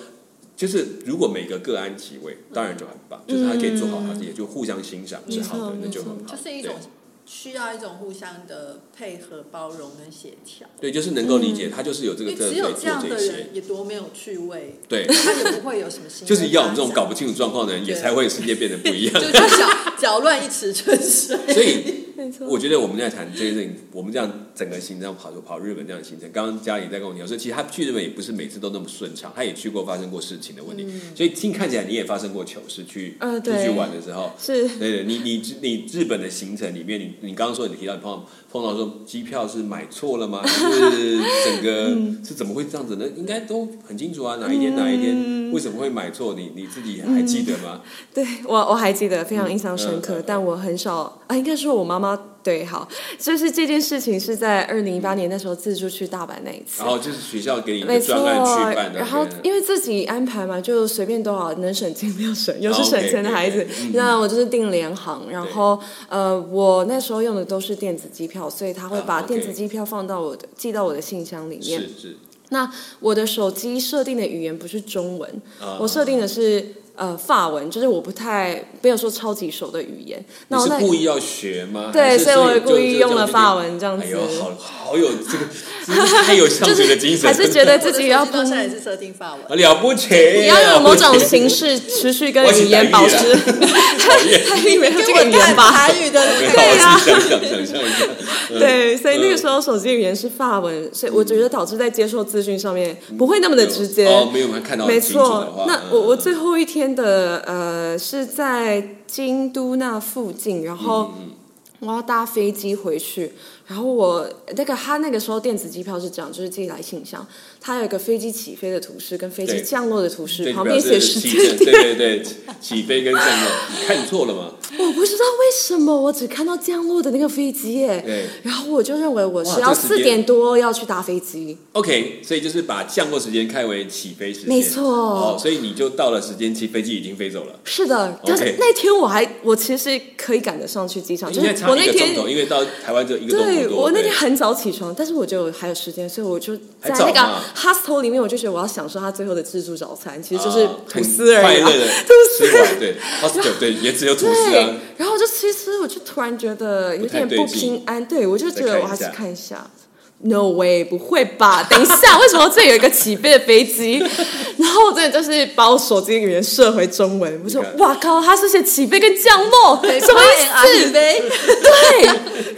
Speaker 1: 就是如果每个个案其位，当然就很棒，就是他可以做好他自己，就互相欣赏是好的，
Speaker 2: 嗯
Speaker 3: 没错
Speaker 1: 那就很好。
Speaker 2: 就是一
Speaker 1: 对
Speaker 2: 种需要一种互相的配合、包容跟协调。
Speaker 1: 对，就是能够理解，他就是有这
Speaker 2: 嗯因
Speaker 1: 个特
Speaker 2: 为只
Speaker 1: 色可
Speaker 2: 有
Speaker 1: 以
Speaker 2: 这
Speaker 1: 做
Speaker 2: 样
Speaker 1: 这
Speaker 2: 的
Speaker 1: 些
Speaker 2: 人，。也多没有趣味，
Speaker 1: 对，
Speaker 2: 他也不会有什么新。
Speaker 1: 就是要我们这种搞不，清楚状况的人，也
Speaker 2: 对
Speaker 1: 才会世界变得不一 样。
Speaker 2: 就是搅搅乱一池春水。
Speaker 1: 所以
Speaker 3: 没错，
Speaker 1: 我觉得我们在谈这个事情，我们这样整个行程跑跑日本这样的行程，刚刚嘉玲在跟我聊说，其实他去日本也不是每次都那么顺畅，他也去过发生过事情的问题，
Speaker 2: 嗯
Speaker 1: 所以听看起来你也发生过糗事，去
Speaker 3: 呃
Speaker 1: 出去
Speaker 3: 对
Speaker 1: 玩的时候，
Speaker 3: 是
Speaker 1: 对对，你你你日本的行程里面，你你刚刚说你提到你碰到碰到说机票是买错了吗？就是整个
Speaker 3: 嗯
Speaker 1: 是怎么会这样子呢？应该都很清楚啊，哪一天哪一天为什么会买错？你你自
Speaker 3: 嗯
Speaker 1: 己还记得吗？
Speaker 3: 对我我还记得非常印象
Speaker 1: 嗯
Speaker 3: 深
Speaker 1: 嗯
Speaker 3: 刻，
Speaker 1: 嗯
Speaker 3: 但我很少啊，应该说我妈妈对，好，就是这件事情是在二零一八年那时候自助去大阪那一次
Speaker 1: 然。后就是学校给你一个
Speaker 3: 没错
Speaker 1: 专案去办，的，
Speaker 3: 然后
Speaker 1: 对
Speaker 3: 因为自己安排嘛，就随便多少能 省尽量省，又
Speaker 1: 哦
Speaker 3: 是省钱的孩子
Speaker 1: OK，OK，，
Speaker 3: 那我就是订联航，然后呃，我那时候用的都是电子机票，所以他会
Speaker 1: 啊
Speaker 3: 把
Speaker 1: OK
Speaker 3: 电子机票放到我的寄到我的信箱里面
Speaker 1: 是。是
Speaker 3: 那我的手机设定的语言不是中文，
Speaker 1: 啊
Speaker 3: 我设定的是呃法文，就是我不太没有说超级熟的语言。
Speaker 1: 你
Speaker 3: 那我
Speaker 1: 是
Speaker 3: 那
Speaker 1: 故意要学吗？
Speaker 3: 对
Speaker 1: 还是
Speaker 3: 所以我
Speaker 1: 你就
Speaker 3: 故意
Speaker 1: 就
Speaker 3: 用
Speaker 1: 这
Speaker 3: 了
Speaker 1: 样决定
Speaker 3: 法文这样子
Speaker 1: 哎呦，好好有这个，真是太有上
Speaker 3: 就
Speaker 1: 学的
Speaker 3: 是
Speaker 1: 精神，
Speaker 3: 还是觉得
Speaker 2: 我
Speaker 3: 自
Speaker 2: 的
Speaker 3: 己
Speaker 2: 手
Speaker 3: 要
Speaker 2: 机到现在也是设定法文。
Speaker 1: 了不起。
Speaker 3: 你
Speaker 1: 你
Speaker 3: 要用某种形式持续跟
Speaker 1: 我起
Speaker 3: 语言
Speaker 1: 反
Speaker 3: 保
Speaker 1: 应
Speaker 3: 持， 它里面有这个语言吧？
Speaker 2: 韩语的
Speaker 1: 对
Speaker 3: 啊
Speaker 1: 想想想象一下，
Speaker 3: 对，所以
Speaker 1: 嗯
Speaker 3: 那个时候手机语言是法文，所以我觉得导致在接受资讯上面不会那么的直接。
Speaker 1: 哦，嗯没有看到
Speaker 3: 没
Speaker 1: 清楚的
Speaker 3: 错
Speaker 1: 话，，嗯
Speaker 3: 那我我最
Speaker 1: 后
Speaker 3: 后一天的呃是在京都那附近，然
Speaker 1: 嗯
Speaker 3: 后我要搭飞机回去，然后我那个他那个时候电子机票是这样，就是寄来信箱，它有一个飞机起飞的图示跟飞机
Speaker 1: 对
Speaker 3: 降落的图示，
Speaker 1: 对
Speaker 3: 旁边写时
Speaker 1: 起
Speaker 3: 间
Speaker 1: 飞，
Speaker 3: 点。
Speaker 1: 对对对， 起飞跟降落，你看错了吗？
Speaker 3: 我不知道为什么我只看到降落的那个飞机耶
Speaker 1: 对，
Speaker 3: 然后我就认为我是
Speaker 1: 哇
Speaker 3: 要
Speaker 1: 这时间
Speaker 3: 四点多要去搭飞机，
Speaker 1: OK，所以就是把降落时间开为起飞时间，
Speaker 3: 没错
Speaker 1: 哦，所以你就到了时间，其实飞机已经飞走了，
Speaker 3: 是的，但是
Speaker 1: OK
Speaker 3: 那天我还我其实可以赶得上去机场，就
Speaker 1: 应该
Speaker 3: 是
Speaker 1: 差
Speaker 3: 我
Speaker 1: 一
Speaker 3: 那
Speaker 1: 个
Speaker 3: 天
Speaker 1: 钟头，因为到台湾只有一个钟
Speaker 3: 对
Speaker 1: 头多。
Speaker 3: 我那
Speaker 1: 对
Speaker 3: 天很早起床，但是我就还有时间，所以我就在
Speaker 1: 还早
Speaker 3: 那个
Speaker 1: 嘛
Speaker 3: hostel 里面，我就觉得我要享受它最后的自助早餐，其实就是
Speaker 1: 啊
Speaker 3: 吐司
Speaker 1: 很
Speaker 3: 而
Speaker 1: 快
Speaker 3: 已、
Speaker 1: 乐的
Speaker 3: 吐司
Speaker 1: 吃。完，对 hostel 对也只有吐司
Speaker 3: 对
Speaker 1: 啊。，
Speaker 3: 然后我就吃吃，我就突然觉得有点
Speaker 1: 不太对
Speaker 3: 不
Speaker 1: 劲
Speaker 3: 平安，对我就觉
Speaker 1: 再
Speaker 3: 得
Speaker 1: 看
Speaker 3: 我还
Speaker 1: 一
Speaker 3: 是
Speaker 1: 下
Speaker 3: 看一下。No way，不会吧？ 等一下，为什么这里有一个起飞的飞机？然后我真的就是把我手机语言设回中文，我说
Speaker 1: 你看
Speaker 3: 哇靠，它是写起飞跟降落，什么意思？
Speaker 2: 飞？
Speaker 3: 对，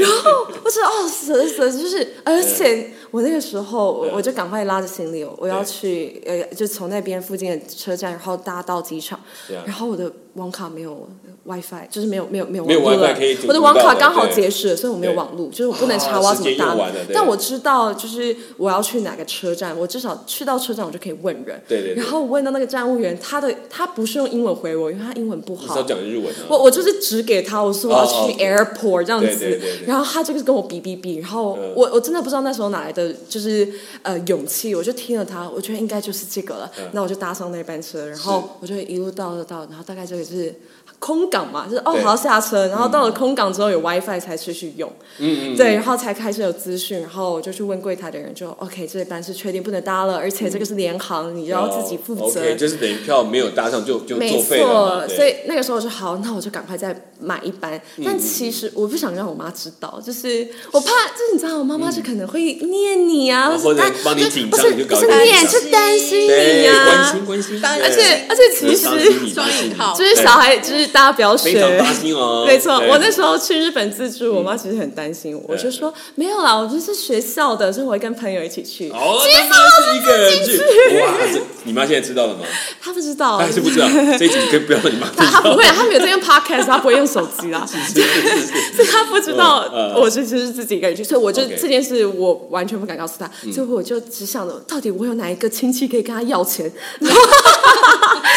Speaker 3: 然后我说哦，死了死了，就是，而且我那个时候，我我就赶快拉着行李，我要去呃，就从那边附近的车站，然后搭到机场
Speaker 1: 对啊，
Speaker 3: 然后我的网卡没有 WiFi，就是没有没有没有
Speaker 1: 没有
Speaker 3: 网络
Speaker 1: WiFi 可以读
Speaker 3: 我的网卡
Speaker 1: 到的
Speaker 3: 刚好
Speaker 1: 对
Speaker 3: 结识了，所以我没有
Speaker 1: 对
Speaker 3: 网络，就是我不能查
Speaker 1: 啊
Speaker 3: 我要怎么
Speaker 1: 时间
Speaker 3: 搭
Speaker 1: 用完了，对
Speaker 3: 但我知道就是我要去哪个车站，我至少去到车站我就可以问人，
Speaker 1: 对对对
Speaker 3: 然后我问到那个站务员，他的他不是用英文回我，因为他英文不
Speaker 1: 你
Speaker 3: 好
Speaker 1: 是要，讲日文啊？
Speaker 3: 我我就是指给他，我说我要去
Speaker 1: 哦哦
Speaker 3: airport 这样子，
Speaker 1: 对对对对
Speaker 3: 然后他就是跟我比比比，然后
Speaker 1: 嗯
Speaker 3: 我、我真的不知道那时候哪来的就是呃勇气，我就听了他，我觉得应该就是这个了，
Speaker 1: 嗯
Speaker 3: 那我就搭上那班车，然后我就一路到到到，然后大概这个就是空港嘛，就是哦
Speaker 1: 对嗯
Speaker 3: 好要下车，然后到了空港之后有 WiFi 才继续用，
Speaker 1: 嗯嗯，
Speaker 3: 对，然后才开始有资讯，然后我就去问柜台的人就，OK 哦这班是确定不能搭了，而且这个是联航，你要自己负
Speaker 1: 嗯
Speaker 3: 责。
Speaker 1: 哦 OK，就是等于票没有搭上就就
Speaker 3: 没
Speaker 1: 作
Speaker 3: 错
Speaker 1: 废了嘛，对嗯
Speaker 3: 所以那个时候我说好，那我就赶快再买一班。但其实我不想让我妈知道，就是我怕，就是你知道，我妈妈就可能会念你啊，
Speaker 1: 嗯
Speaker 3: 是
Speaker 1: 或者
Speaker 3: 哎
Speaker 1: 帮你
Speaker 3: 就
Speaker 1: 紧
Speaker 3: 不
Speaker 1: 张
Speaker 3: 是
Speaker 1: 你就
Speaker 3: 不
Speaker 1: 搞
Speaker 3: 是
Speaker 1: 紧张
Speaker 3: 念，是担心你
Speaker 1: 对哎关
Speaker 3: 啊
Speaker 1: 心。关心，
Speaker 2: 当然
Speaker 1: 对
Speaker 3: 而且而且其
Speaker 1: 当心
Speaker 3: 实
Speaker 1: 你
Speaker 2: 双引号
Speaker 3: 就是小孩，就是大家不要学
Speaker 1: 非。常担心哦，
Speaker 3: 没错，
Speaker 1: 对嗯
Speaker 3: 我那时候去日本自助，我妈其实很担心我，我就说没有啦，我就是学校的，所以我会跟朋友一起去。
Speaker 1: 哦，那真的是一个人去，哇，这你妈现在知道了吗？
Speaker 3: 她不知道，
Speaker 1: 她还是不知道，这一集你可以不要让你妈知
Speaker 3: 他他不
Speaker 1: 道。
Speaker 3: 会，他没有在用 podcast，他不会用手机啦，所以 他不知道
Speaker 1: 嗯嗯
Speaker 3: 我其实是自己一个人去，所以我就
Speaker 1: OK 嗯
Speaker 3: 这件事我完全不敢告诉他，所以我就只想着到底我有哪一个亲戚可以跟他要钱，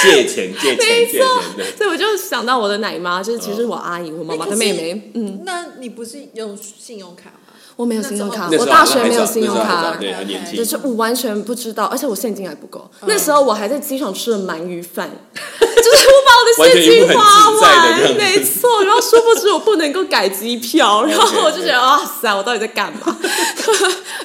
Speaker 1: 借钱借钱借钱，对，
Speaker 3: 所以我就想到我的奶妈，就是其实我阿姨、我妈妈的妹妹，嗯，
Speaker 2: 嗯，那你不是用信用卡吗？
Speaker 3: 我没有信用卡，
Speaker 1: 那
Speaker 2: 那时
Speaker 1: 时
Speaker 3: 我
Speaker 1: 候
Speaker 3: 大
Speaker 1: 好
Speaker 3: 学
Speaker 1: 像还
Speaker 3: 没有
Speaker 1: 早
Speaker 3: 信用
Speaker 1: 那时候还
Speaker 3: 卡
Speaker 1: 早。对，还年轻
Speaker 3: 就，是我完全不知道，而且我现金还不够。
Speaker 1: 嗯
Speaker 3: 那时候我还在机场吃了鳗 鱼饭，就是我把我的现金花
Speaker 1: 完全一副很自在的
Speaker 3: 完，
Speaker 1: 样子
Speaker 3: 没错。然后殊不知我不能够改机 票，然后
Speaker 1: OK，OK
Speaker 3: 我就觉得哇塞，我到底在干 嘛？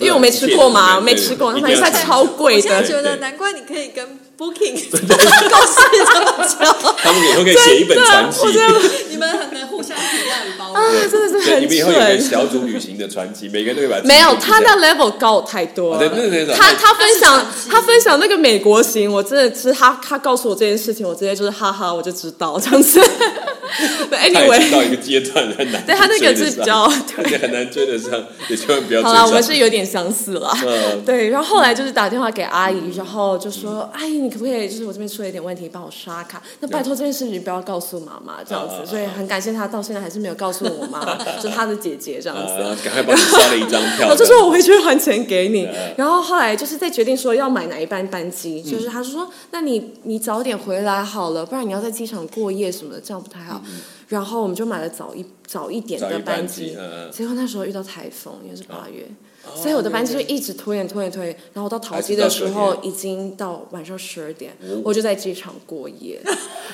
Speaker 3: 因为我没吃过嘛，
Speaker 1: 对
Speaker 3: 没吃过，
Speaker 1: 对
Speaker 3: 那鳗鱼饭超贵
Speaker 2: 我现在
Speaker 3: 的。
Speaker 2: 觉
Speaker 1: 对
Speaker 2: 得
Speaker 1: 对
Speaker 2: 难怪你可以跟 Booking 共 事这么久，
Speaker 1: 他们以后可以写一本传奇
Speaker 3: 我。真的
Speaker 2: 你们很能互相体谅与包
Speaker 3: 啊
Speaker 2: 容。，
Speaker 3: 真的 是
Speaker 1: 对，你
Speaker 3: 很
Speaker 1: 们以后有个
Speaker 3: 蠢。
Speaker 1: 小组旅行的传奇，每个人都会把自己
Speaker 3: 没有，
Speaker 1: 的
Speaker 3: 他的 level 高我太多了
Speaker 1: 哦对那那。种
Speaker 3: 他他分享
Speaker 2: 他是传奇
Speaker 3: 他分享那个美国行，我真的是他他告诉我这件事情，我直接就是哈哈，我就知道这 样子。But
Speaker 1: 他已经到
Speaker 3: anyway，
Speaker 1: 一个阶段很难追得上，
Speaker 3: 对他那个是 比较
Speaker 1: 而且很难追得上， 也千万不要追
Speaker 3: 好啦，
Speaker 1: 上。
Speaker 3: 我们是有点相似啦。
Speaker 1: 嗯
Speaker 3: 对，然后后来就是打电话给阿姨，然后就说：“阿姨，你可不可以就是我这边出了一点问题，帮我刷卡？那拜托这件事情不要告诉妈妈这样
Speaker 1: 啊啊啊啊
Speaker 3: 子。”所以很感谢她到现在还是没有告诉我妈 妈，就她的姐姐这样子。
Speaker 1: 呃，赶快帮你刷了一张票。
Speaker 3: 我就说我回去还钱给你
Speaker 1: 嗯。
Speaker 3: 然后后来就是在决定说要买哪一班班机，就是他说，那你你早点回来好了，不然你要在机场过夜什么的，这样不太好。然后我们就买了早一早一点
Speaker 1: 嗯早
Speaker 3: 的
Speaker 1: 一班
Speaker 3: 机，
Speaker 1: 嗯嗯
Speaker 3: 结果那时候遇到台风，也是八月，
Speaker 1: 哦
Speaker 3: 所以我的班机就一直拖延拖延拖延，然后到淘机的时候已经到晚上十二点，
Speaker 1: 哦
Speaker 3: 我就在机场过夜。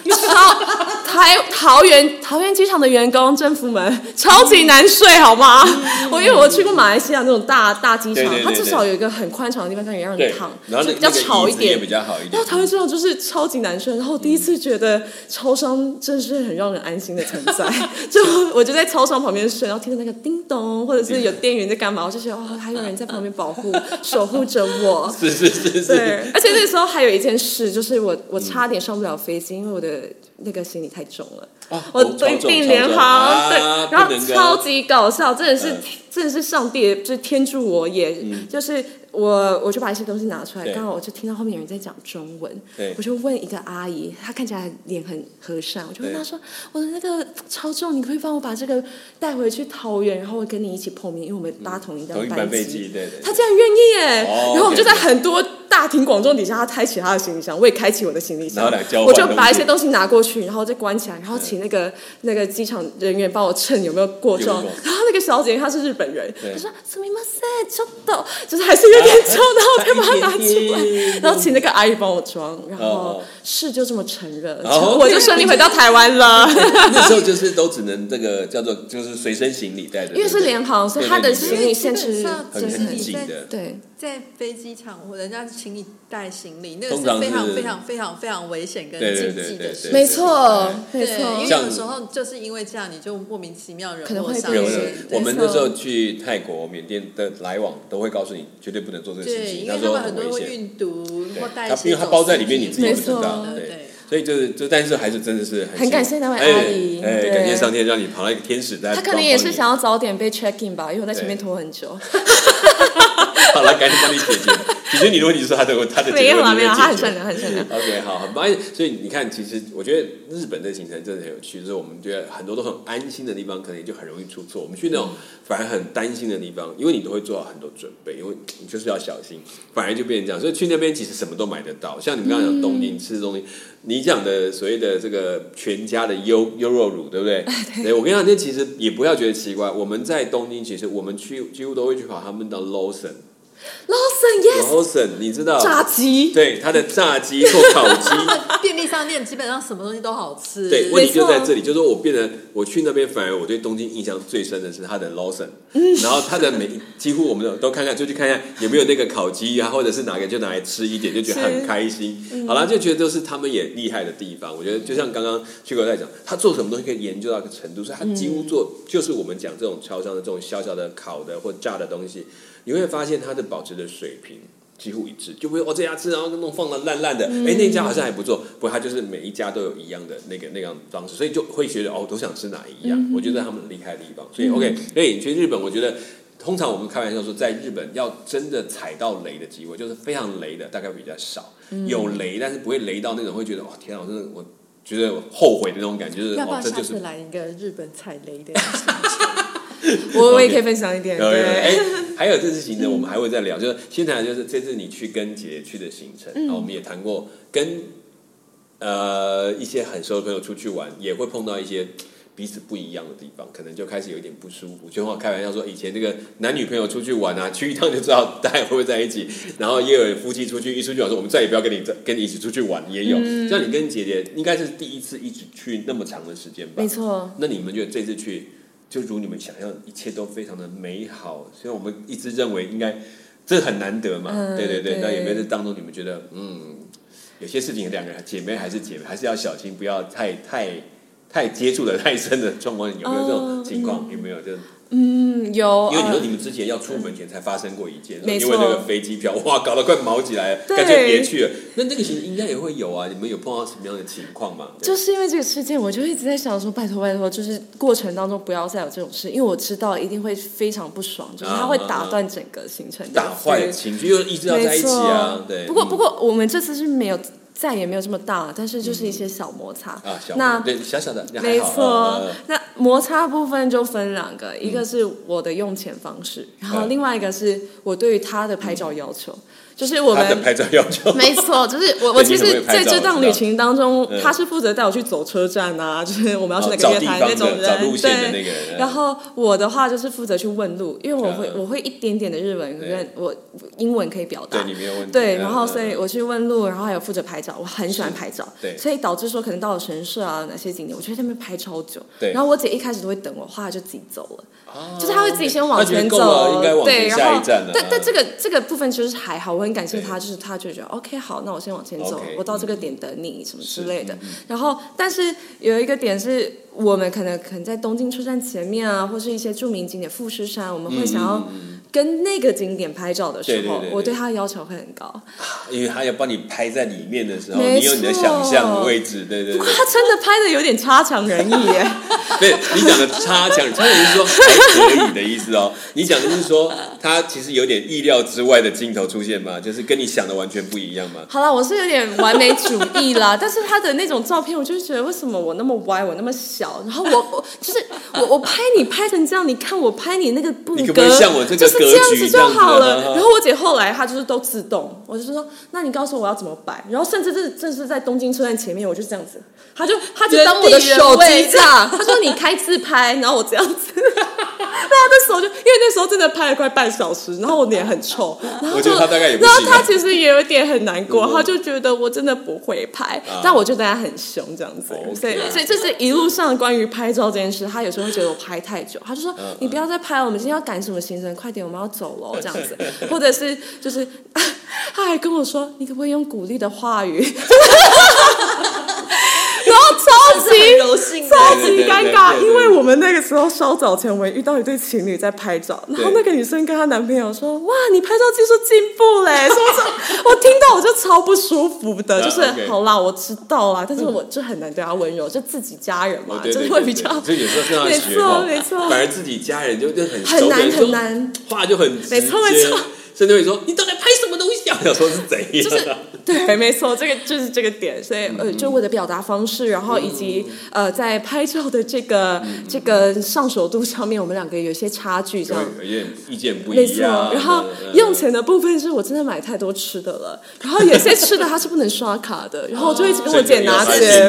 Speaker 3: 你知道台桃园桃园机场的员工政府们超级难睡，好吗？我因为我去过马来西亚那种大大机场
Speaker 1: 嗯对对，对
Speaker 3: 它至少有一个很宽敞的地方可以让你
Speaker 1: 对
Speaker 3: 躺，，
Speaker 1: 然后
Speaker 3: 就
Speaker 1: 那
Speaker 3: 比较
Speaker 1: 那个
Speaker 3: 吵
Speaker 1: 椅
Speaker 3: 一
Speaker 1: 子
Speaker 3: 点
Speaker 1: 也比。较好一点
Speaker 3: 然后。台湾这种就是超级难睡，然后我第一次觉得超商真是很让人安心的存 在。就我就在超商旁边睡，然后听到那个叮咚，或者是有店员在干嘛，我就觉得哦，还有人在旁边保护、守护着我。
Speaker 1: 是是是是，
Speaker 3: 对，而且那时候还有一件事，就是我我差点上不了飞机，因为我的那个行李太重了。
Speaker 1: 啊
Speaker 3: 我
Speaker 1: 哦超
Speaker 3: 对
Speaker 1: 重
Speaker 3: 并
Speaker 1: 超
Speaker 3: 联
Speaker 1: 重
Speaker 3: 航，
Speaker 1: 啊
Speaker 3: 对，
Speaker 1: 不
Speaker 3: 然后
Speaker 1: 能够
Speaker 3: 超级搞笑，真的是、
Speaker 1: 嗯
Speaker 3: 真的是上帝，就是天助我也，就是我我就把一些东西拿出来，
Speaker 1: 对
Speaker 3: 刚好我就听到后面有人在讲中文
Speaker 1: 对，
Speaker 3: 我就问一个阿姨，她看起来脸很和善，我就问
Speaker 1: 对
Speaker 3: 她说我的那个超重，你可以帮我把这个带回去桃园，然后我跟你一起碰面，因为我们搭同一
Speaker 1: 嗯同
Speaker 3: 辆
Speaker 1: 一班
Speaker 3: 班
Speaker 1: 飞机，对对。
Speaker 3: 他竟然愿意耶！
Speaker 1: 哦
Speaker 3: 然后我们就
Speaker 1: OK，OK
Speaker 3: 在很多大庭广众底下，他开启他的行李箱，我也开启我的行李箱
Speaker 1: 然后来交，换
Speaker 3: 我就
Speaker 1: 东
Speaker 3: 把
Speaker 1: 西
Speaker 3: 一些东西拿过去，然后再关起来，然后请那个那个机场人员帮我称有没有过重。
Speaker 1: 有没有过
Speaker 3: 然后那个小姐她是日本人，
Speaker 1: 对
Speaker 3: 她说“すみません，ちょっと”，就是还是有点重，然后我再把它拿出
Speaker 1: 一点
Speaker 3: 来，
Speaker 1: 点
Speaker 3: 然后请那个阿姨帮我装，然
Speaker 1: 哦
Speaker 3: 后
Speaker 1: 哦
Speaker 3: 事就这么成了，
Speaker 1: 哦
Speaker 3: 我就顺利回到台湾了。
Speaker 1: 那时候就是都只能这个叫做就是随身行李带着，
Speaker 3: 因为是联航， 所以他的
Speaker 1: 对对对
Speaker 3: 行李限
Speaker 2: 因为基本
Speaker 3: 制
Speaker 2: 上
Speaker 1: 很
Speaker 2: 就是
Speaker 1: 很
Speaker 2: 你
Speaker 1: 紧
Speaker 2: 在
Speaker 1: 的，
Speaker 3: 对。
Speaker 2: 在飞机场，人家请你带行李，那个
Speaker 1: 通常
Speaker 2: 是
Speaker 1: 是
Speaker 2: 非常非常非常非常危险跟
Speaker 1: 对对
Speaker 2: 禁
Speaker 1: 对
Speaker 2: 忌
Speaker 1: 对
Speaker 2: 的事。
Speaker 1: 对
Speaker 3: 没错，没
Speaker 2: 对，因
Speaker 3: 错
Speaker 2: 为，
Speaker 1: 像
Speaker 2: 有时候就是因为这样，你就莫名其妙惹
Speaker 3: 可能
Speaker 2: 祸
Speaker 3: 会
Speaker 2: 上
Speaker 3: 被
Speaker 1: 有有
Speaker 3: 人
Speaker 2: 身。
Speaker 1: 我们
Speaker 3: 没错
Speaker 1: 那时候去泰国、缅甸的来往，都会告诉你绝对不能做这个事
Speaker 2: 对，
Speaker 1: 情。
Speaker 2: 因为
Speaker 1: 说
Speaker 2: 他们
Speaker 1: 很
Speaker 2: 很多
Speaker 1: 危
Speaker 2: 会
Speaker 1: 险，
Speaker 2: 运毒
Speaker 1: 对
Speaker 2: 或带一
Speaker 1: 它
Speaker 2: 些
Speaker 1: 因为它
Speaker 2: 走
Speaker 1: 包在里
Speaker 2: 私
Speaker 1: 面，你
Speaker 2: 品
Speaker 1: 自己不
Speaker 3: 没
Speaker 1: 知
Speaker 3: 错
Speaker 1: 道。
Speaker 2: 对
Speaker 1: 对，所以就是就，但是还是真的是很
Speaker 3: 很感谢
Speaker 1: 幸
Speaker 3: 那位
Speaker 1: 哎
Speaker 3: 阿姨
Speaker 1: 哎，
Speaker 3: 对
Speaker 1: 感谢上天让你跑到一个天使在帮
Speaker 3: 他
Speaker 1: 帮你。
Speaker 3: 可能也是想要早点被 check in 吧，因为我在前面
Speaker 1: 对
Speaker 3: 拖很久。
Speaker 1: 好来赶紧帮你解决。解决你的问题是他的他的
Speaker 3: 没
Speaker 1: 解决
Speaker 3: 有
Speaker 1: 问
Speaker 3: 啦，
Speaker 1: 题
Speaker 3: 没有，
Speaker 1: 解
Speaker 3: 他很
Speaker 1: 决
Speaker 3: 善 良，很善良。
Speaker 1: OK，好，很棒。所以你看，其实我觉得日本的行程真的很有趣，就是我们觉得很多都很安心的地方，可能就很容易出错。我们去那种
Speaker 3: 嗯
Speaker 1: 反而很担心的地方，因为你都会做好很多准备，因为你就是要小心，反而就变成这样。所以去那边其实什么都买得到，像你们刚刚讲东
Speaker 3: 嗯
Speaker 1: 京吃的东西，你讲的所谓的这个全家的优优酪乳，对不 对？对，我跟你讲，那其实也不要觉得奇怪。我们在东京，其实我们去几乎都会去跑他们的 Lawson，Lawson，
Speaker 3: Lawson yes，
Speaker 1: 你知道？
Speaker 3: 炸鸡，
Speaker 1: 对，它的炸鸡或烤鸡。
Speaker 2: 便利商店基本上什么东西都好吃。
Speaker 1: 对，
Speaker 3: 我
Speaker 1: 问题就在
Speaker 3: 错
Speaker 1: 这里，就是说我变得我去那边，反而我对东京印象最深的是它的 Lawson，、然
Speaker 3: 嗯
Speaker 1: 后它的每几乎我们都都看看，就去看看有没有那个烤鸡啊，或者是哪个就拿来吃一点，就觉得很
Speaker 3: 是嗯
Speaker 1: 开心。好啦，就觉得都是他们也厉害的地方。我觉得就像刚刚旭哥在讲，他做什么东西可以研究到一个程度，所以他几
Speaker 3: 嗯
Speaker 1: 乎做、就是我们讲这种超商的这种小小的烤的或炸的东西，你会发现它的保持的水平。几乎一致，就不会哦这家吃，然后弄放的烂烂的，哎、
Speaker 2: 嗯
Speaker 1: 那家好像还不错，不，它就是每一家都有一样的那个那样的方式，所以就会觉得哦，都想吃哪一
Speaker 2: 嗯
Speaker 1: 样，我觉得他们厉害的地方。所以 OK，所以你去日本，我觉得通常我们开玩笑说，在日本要真的踩到雷的机会，就是非常雷的，大概比较少，
Speaker 2: 嗯
Speaker 1: 有雷，但是不会雷到那种会觉得哦天啊，我真的我觉得我后悔的那种感觉，就是
Speaker 2: 要不
Speaker 1: 哦
Speaker 2: 要
Speaker 1: 这
Speaker 2: 下
Speaker 1: 就是
Speaker 2: 次来一个日本踩雷的？
Speaker 3: 我我也可以分享一点。
Speaker 1: 有有有哎
Speaker 3: 对，，
Speaker 1: 还有这次行程我们还会再聊，就是先谈就是这次你去跟姐姐去的行程，
Speaker 3: 嗯
Speaker 1: 然后我们也谈过跟呃一些很熟的朋友出去玩，也会碰到一些。彼此不一样的地方，可能就开始有一点不舒服。就我开玩笑说，以前这个男女朋友出去玩啊，去一趟就知道大家会不会在一 起。然后也有人夫妻出去一出去玩说，我们再也不要跟你跟你一起出去玩，也有。
Speaker 3: 嗯
Speaker 1: 像你跟姐姐应该是第一次一起去那么长的时间吧？
Speaker 3: 没错。
Speaker 1: 那你们觉得这次去，就如你们想象，一切都非常的美好。所以我们一直认为应该，这很难得嘛，
Speaker 3: 嗯
Speaker 1: 对对对。
Speaker 3: 对
Speaker 1: 那有没有这当中你们觉得，嗯，有些事情两个人姐妹还是姐妹，还是要小心，不要太太太接触的太深的状况，有没有这种情况？有没有？就
Speaker 3: 嗯，有。
Speaker 1: 因为你说
Speaker 3: 呃
Speaker 1: 你们之前要出门前才发生过一件，
Speaker 3: 没
Speaker 1: 因
Speaker 3: 错
Speaker 1: 为那个飞机票，哇，搞得快毛起来了，
Speaker 3: 对
Speaker 1: 干脆别去了。那那个其实应该也会有啊，你们有碰到什么样的情况吗？对
Speaker 3: 就是因为这个事件，我就一直在想说，拜托拜托，就是过程当中不要再有这种事，因为我知道一定会非常不爽，就是它会打断整个行程的，
Speaker 1: 打坏
Speaker 3: 对
Speaker 1: 情绪，又一直要在
Speaker 3: 没
Speaker 1: 一起
Speaker 3: 错，
Speaker 1: 啊，对。
Speaker 3: 不过
Speaker 1: 嗯
Speaker 3: 不过我们这次是没有再也没有这么大，但是就是一些小摩擦。
Speaker 1: 啊，小
Speaker 3: 那
Speaker 1: 对小小的，那还
Speaker 3: 没
Speaker 1: 好
Speaker 3: 错
Speaker 1: 嗯嗯嗯，
Speaker 3: 那摩擦部分就分两个，一个是我的用钱方式，然后
Speaker 1: 嗯
Speaker 3: 另外一个是我对于他的拍照要求，就是我
Speaker 1: 他的
Speaker 3: 们
Speaker 1: 拍照要求
Speaker 3: 没错，就是我
Speaker 1: 对
Speaker 3: 我
Speaker 1: 你
Speaker 3: 其
Speaker 1: 很会
Speaker 3: 实
Speaker 1: 拍照
Speaker 3: 在这
Speaker 1: 我
Speaker 3: 趟
Speaker 1: 知
Speaker 3: 旅
Speaker 1: 道
Speaker 3: 行当中
Speaker 1: 嗯，
Speaker 3: 他是负责带我去走车站啊，就是我们要去
Speaker 1: 哦
Speaker 3: 哪
Speaker 1: 找
Speaker 3: 个月
Speaker 1: 地
Speaker 3: 台
Speaker 1: 方
Speaker 3: 那种
Speaker 1: 的找
Speaker 3: 人，
Speaker 1: 路线的那
Speaker 3: 对。
Speaker 1: 个人，
Speaker 3: 然后我的话就是负责去问路，因为我会
Speaker 1: 嗯
Speaker 3: 我会一点点的日文，
Speaker 1: 对
Speaker 3: 因为我英文可以表达
Speaker 1: 对，你没有问题，
Speaker 3: 对，
Speaker 1: 嗯
Speaker 3: 然后所以
Speaker 1: 嗯
Speaker 3: 我去问路，然后还有负责拍照，我很喜欢拍照，
Speaker 1: 对
Speaker 3: 所以导致说可能到了神社啊哪些景点，我就在那边拍超久，
Speaker 1: 对
Speaker 3: 然后我姐一开始都会等我，后来就自己走了，
Speaker 1: 哦
Speaker 3: 就是她会自己先
Speaker 1: 那
Speaker 3: 往
Speaker 1: 觉得
Speaker 3: 前
Speaker 1: 够了
Speaker 3: 走
Speaker 1: 应该，往
Speaker 3: 对，
Speaker 1: 前
Speaker 3: 然
Speaker 1: 下
Speaker 3: 后
Speaker 1: 一站了。嗯
Speaker 3: 但但这
Speaker 1: 个
Speaker 3: 个这个部分其实还好，我很感谢她，
Speaker 1: 对
Speaker 3: 就是她就觉得 OK 好，那我先往前走
Speaker 1: OK，，
Speaker 3: 我到这个点等你什么之类的
Speaker 1: 嗯，
Speaker 3: 然后但是有一个点是我们可能可能在东京车站前面啊，或是一些著名景点富士山，我们会想要。跟那个景点拍照的时
Speaker 1: 嗯
Speaker 3: 候，
Speaker 1: 对对对对
Speaker 3: 我对他的要求会很高。
Speaker 1: 因为他要帮你拍在里面的时候，
Speaker 3: 没
Speaker 1: 你有你的想象的位置，对对
Speaker 3: 不过
Speaker 1: 对。
Speaker 3: 他真的拍的有点差强人意耶。
Speaker 1: 对你讲的差强，差点是说还可以的意思哦。你讲的是 说他其实有点意料之外的镜头出现嘛，就是跟你想的完全不一样嘛。
Speaker 3: 好啦，我是有点完美主义啦， 但是他的那种照片，我就觉得为什么我那么歪，我那么小，然后我 我就是我我拍你拍成这样，你看我拍你那个布格，
Speaker 1: 你可不可以像我这个
Speaker 3: 就是这样
Speaker 1: 格局
Speaker 3: 子就好
Speaker 1: 这样子啊
Speaker 3: 了。然后我姐后来她就是都自动，我就是说，那你告诉我我要怎么摆，然后甚至是这是在东京车站前面，我就这样子，她就她就当我的手
Speaker 2: 原地原
Speaker 3: 机这样，她说你开自拍，然后我这样子。 那他的手就，因为那时候真的拍了快半小时，然后我脸很臭，然后
Speaker 1: 我觉
Speaker 3: 就，
Speaker 1: 得他大概也不
Speaker 3: 然后
Speaker 1: 行啊
Speaker 3: 他其实也有点很难过，
Speaker 1: 嗯
Speaker 3: 他就觉得我真的不会拍，
Speaker 1: 啊哦
Speaker 3: 但我就对他很凶这样子，
Speaker 1: OK
Speaker 3: 所以所以这是一路上关于拍照这件事，他有时候会觉得我拍太久，他就说、
Speaker 1: 嗯
Speaker 3: 你不要再拍了，我们今天要赶什么行程，快点，我们要走喽这样 子，或者是就是。他还跟我说：“你可不可以用鼓励的话 语？”然后超级
Speaker 2: 很柔性的。
Speaker 3: 超级尴尬，
Speaker 1: 对对对对对
Speaker 3: 因 为我们那个时候稍早前，我们遇到一对情侣在拍照，然后
Speaker 1: 对
Speaker 3: 那个女生跟她男朋友说：“哇，你拍照技术进步 嘞！”什么什么，我听到我就超不舒服的，
Speaker 1: 啊
Speaker 3: 就是
Speaker 1: OK
Speaker 3: 好啦，我知道啦，但是我就很难对她温柔，就自己家人嘛，
Speaker 1: 对
Speaker 3: 就
Speaker 1: 对对
Speaker 3: 是会
Speaker 1: 对
Speaker 3: 比
Speaker 1: 嗯对
Speaker 3: 较
Speaker 1: 所以有时候跟他
Speaker 3: 没
Speaker 1: 学
Speaker 3: 错
Speaker 1: 哈
Speaker 3: 没 错
Speaker 1: 反而自己家人就就很
Speaker 3: 很
Speaker 1: 熟的
Speaker 3: 难
Speaker 1: 人说
Speaker 3: 很难，
Speaker 1: 话就很直接
Speaker 3: 没错没错，
Speaker 1: 甚至会说你到底拍什么东西啊？我想说是怎样？
Speaker 3: 就是 对，没错，这个就是这个点，所以
Speaker 1: 嗯
Speaker 3: 呃，就我的表达方式，然后以及呃，在拍照的这个
Speaker 1: 嗯
Speaker 3: 这个上手度上面，我们两个有一些差距，这样。
Speaker 1: 有点意见不
Speaker 3: 没
Speaker 1: 一
Speaker 3: 错，
Speaker 1: 样。
Speaker 3: 然后
Speaker 1: 嗯
Speaker 3: 用钱的部分是我真的买太多吃的了，然后有些吃的它是不能刷卡 的，然后我就一直跟我姐拿
Speaker 1: 哦
Speaker 3: 钱，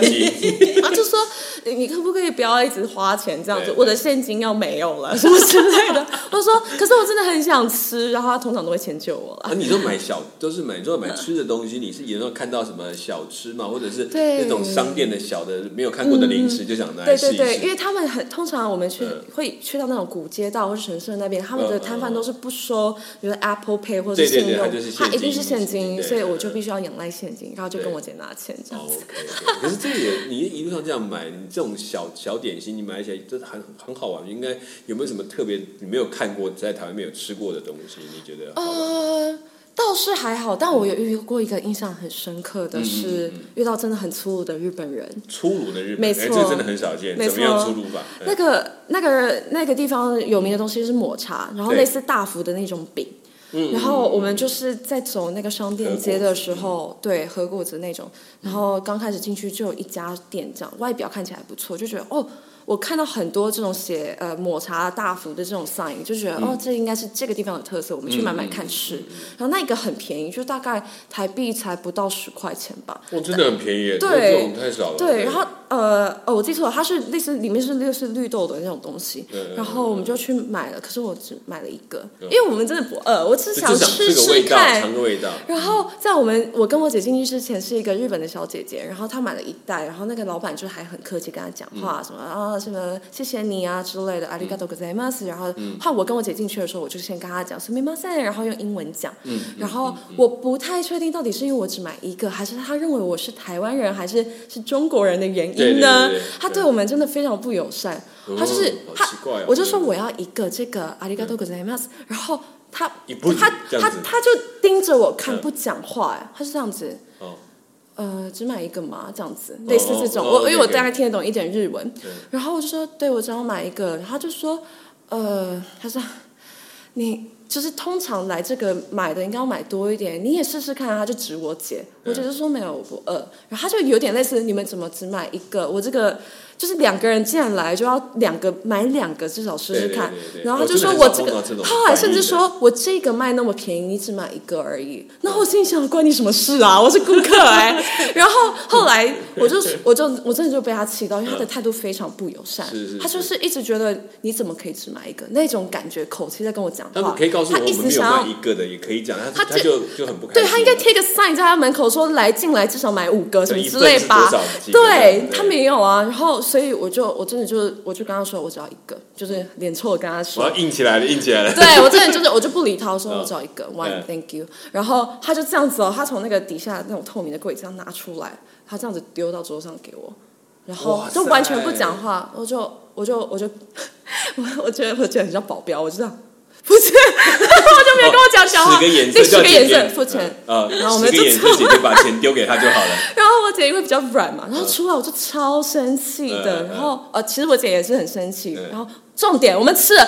Speaker 3: 然后就说你你可不可以不要一直花钱这样子
Speaker 1: 对，对
Speaker 3: 我的现金要没 有了什么之类的。我说，可是我真的很想吃，然后她通常都会迁就我了
Speaker 1: 啊，。你说买小都是买，你说买吃的东西，你是有时候看到什么小吃嘛，或者是
Speaker 3: 对嗯
Speaker 1: 那种商店的小的没有看过的零食，就想拿来
Speaker 3: 对
Speaker 1: 试
Speaker 3: 对
Speaker 1: 一
Speaker 3: 对，因
Speaker 1: 试。
Speaker 3: 为他们很通常我们去、
Speaker 1: 哎嗯
Speaker 3: 会去到那种古街道或是神社那边，他们的
Speaker 1: 嗯
Speaker 3: 摊
Speaker 1: 嗯
Speaker 3: 贩都是不收，比如说 Apple Pay 或者
Speaker 1: 对对对
Speaker 3: 信用，
Speaker 1: 它就是现
Speaker 3: 它一定
Speaker 1: 金
Speaker 3: 是现金，
Speaker 1: 对
Speaker 3: 所以我就
Speaker 1: 嗯
Speaker 3: 必须要仰赖现金，然后就跟
Speaker 1: 对
Speaker 3: 我姐拿钱这
Speaker 1: 哦
Speaker 3: 样子。
Speaker 1: ，OK，OK 可是这也你一路上这样买，你这种小小点心，你买起来真的很很好玩。应该有没有什么特别你没有看过，在台湾没有吃过的东西？你觉得好玩？
Speaker 3: 呃，倒是还好，但我有遇过一个印象很深刻的是，
Speaker 1: 嗯嗯嗯
Speaker 3: 遇到真的很粗鲁的日本人。
Speaker 1: 粗鲁的日本，
Speaker 3: 没
Speaker 1: 哎，
Speaker 3: 错
Speaker 1: 这个真的很少见。
Speaker 3: 没
Speaker 1: 怎么样
Speaker 3: 错
Speaker 1: 粗鲁法？哎
Speaker 3: 那个、那个、那个地方有名的东西是抹茶，然后
Speaker 1: 对
Speaker 3: 类似大福的那种饼。
Speaker 1: 嗯
Speaker 3: 然后我们就是在走那个商店街的时
Speaker 1: 嗯
Speaker 3: 候，对，和果子那种。然后刚开始进去就有一家店，这样外表看起来不错，就觉得哦，我看到很多这种写呃抹茶大福的这种 sign，就觉得、
Speaker 1: 嗯
Speaker 3: 哦，这应该是这个地方的特色，我们去买买看吃。然后那个很便宜，就大概台币才不到十块钱吧。
Speaker 1: 我哦真的很便宜，
Speaker 3: 对
Speaker 1: 这种太少了。哎
Speaker 3: 对，然后呃哦，我记错了，它是类似里面是类似绿豆的那种东西
Speaker 1: 嗯，
Speaker 3: 然后我们就去买了，可是我只买了一个，因为我们真的不呃饿，我只
Speaker 1: 就
Speaker 3: 想
Speaker 1: 想
Speaker 3: 吃
Speaker 1: 个味
Speaker 3: 吃
Speaker 1: 道，尝
Speaker 3: 看。
Speaker 1: 个味道。
Speaker 3: 然后在我们我跟我姐进去之前是一个日本的小姐姐，然后她买了一袋，然后那个老板就还很客气跟她讲
Speaker 1: 嗯
Speaker 3: 话，什么啊什么谢谢你啊之类的，ありがとうございます。然后
Speaker 1: 嗯
Speaker 3: 换我跟我姐进去的时候，我就先跟她讲すみません，然后用英文讲，
Speaker 1: 嗯
Speaker 3: 然后我不太确定到底是因为我只买一个，还是他认为我是台湾人，还是是中国人的原
Speaker 1: 对对
Speaker 3: 因呢
Speaker 1: 对对对？
Speaker 3: 他对我们真的非常不友善
Speaker 1: 哦，
Speaker 3: 他就是
Speaker 1: 好
Speaker 3: 他
Speaker 1: 奇怪哦，嗯
Speaker 3: 我就说我要一个这个阿里嘎多 g o z a i m a s 然后他
Speaker 1: 你不
Speaker 3: 他
Speaker 1: 这样
Speaker 3: 他
Speaker 1: 子
Speaker 3: 他就盯着我看
Speaker 1: 嗯
Speaker 3: 不讲话，哎他是这样子。
Speaker 1: 哦，
Speaker 3: 呃，只买一个嘛，这样子，类似这种。
Speaker 1: 哦哦
Speaker 3: 我、
Speaker 1: OK，
Speaker 3: 因为我
Speaker 1: OK
Speaker 3: 大概听得懂一点日文
Speaker 1: 对，
Speaker 3: 然后我就说，对我只要买一个，然后他就说，呃，他说你就是通常来这个买的应该要买多一点，你也试试看啊。他就指我姐，
Speaker 1: 嗯
Speaker 3: 我姐就说没有，我不饿。然后他就有点类似你们怎么只买一个？我这个就是两个人既然来就要两个买两个，至少试试看。
Speaker 1: 对对对对
Speaker 3: 然后他就说
Speaker 1: 我
Speaker 3: 这
Speaker 1: 真的很少碰到
Speaker 3: 个，
Speaker 1: 这种
Speaker 3: 他后来甚至
Speaker 1: 反
Speaker 3: 说 我这个卖那么便宜，你只买一个而已。那我心里想，关你什么事啊？我是顾客哎、 然后后来我就我就我真的就被他气到，因为他的态度非常不友善，
Speaker 1: 是是是
Speaker 3: 他就是一直觉得你怎么可以只买一个那种感觉，口气在跟我讲
Speaker 1: 他
Speaker 3: 话。
Speaker 1: 可以告诉我，
Speaker 3: 他一
Speaker 1: 我们
Speaker 3: 直
Speaker 1: 没有
Speaker 3: 想要
Speaker 1: 卖一个的，也可以讲，他
Speaker 3: 他
Speaker 1: 他
Speaker 3: 这
Speaker 1: 就就很不开心
Speaker 3: 对
Speaker 1: 了。
Speaker 3: 他应该贴个 sign 在他门口说来进来至少买五个什么
Speaker 1: 对
Speaker 3: 之类
Speaker 1: 一份
Speaker 3: 吧
Speaker 1: 是多少几。个
Speaker 3: 对
Speaker 1: 对
Speaker 3: 他没有啊，然后所以我就我真的就是我就跟他说我只要一个，就是脸臭的跟他
Speaker 1: 我
Speaker 3: 说
Speaker 1: 要。硬起来了，硬起来了。
Speaker 3: 对我真的就是我就不理他，我说
Speaker 1: 嗯
Speaker 3: 我只要一个
Speaker 1: 嗯
Speaker 3: one，thank you。然后他就这样子哦，他从那个底下那种透明的柜子上拿出来，他这样子丢到桌上给我，然后
Speaker 1: 哇塞
Speaker 3: 就完全不讲话，我就我就我就 我我觉得我觉得很像保镖，我就这样。不是， 我就没有跟我讲讲
Speaker 1: 哦
Speaker 3: 话。
Speaker 1: 十个颜色
Speaker 3: 第十
Speaker 1: 叫
Speaker 3: 个
Speaker 1: 姐
Speaker 3: 颜
Speaker 1: 姐
Speaker 3: 色付钱。
Speaker 1: 啊，
Speaker 3: 然后
Speaker 1: 十
Speaker 3: 我们
Speaker 1: 个
Speaker 3: 就
Speaker 1: 颜色姐姐把钱丢给他就好 了。
Speaker 3: 然后我姐因为比较软嘛，然后出来我就超生气
Speaker 1: 嗯
Speaker 3: 的，
Speaker 1: 嗯嗯
Speaker 3: 然后呃，其实我姐也是很生气，
Speaker 1: 嗯
Speaker 3: 然后重点我们吃了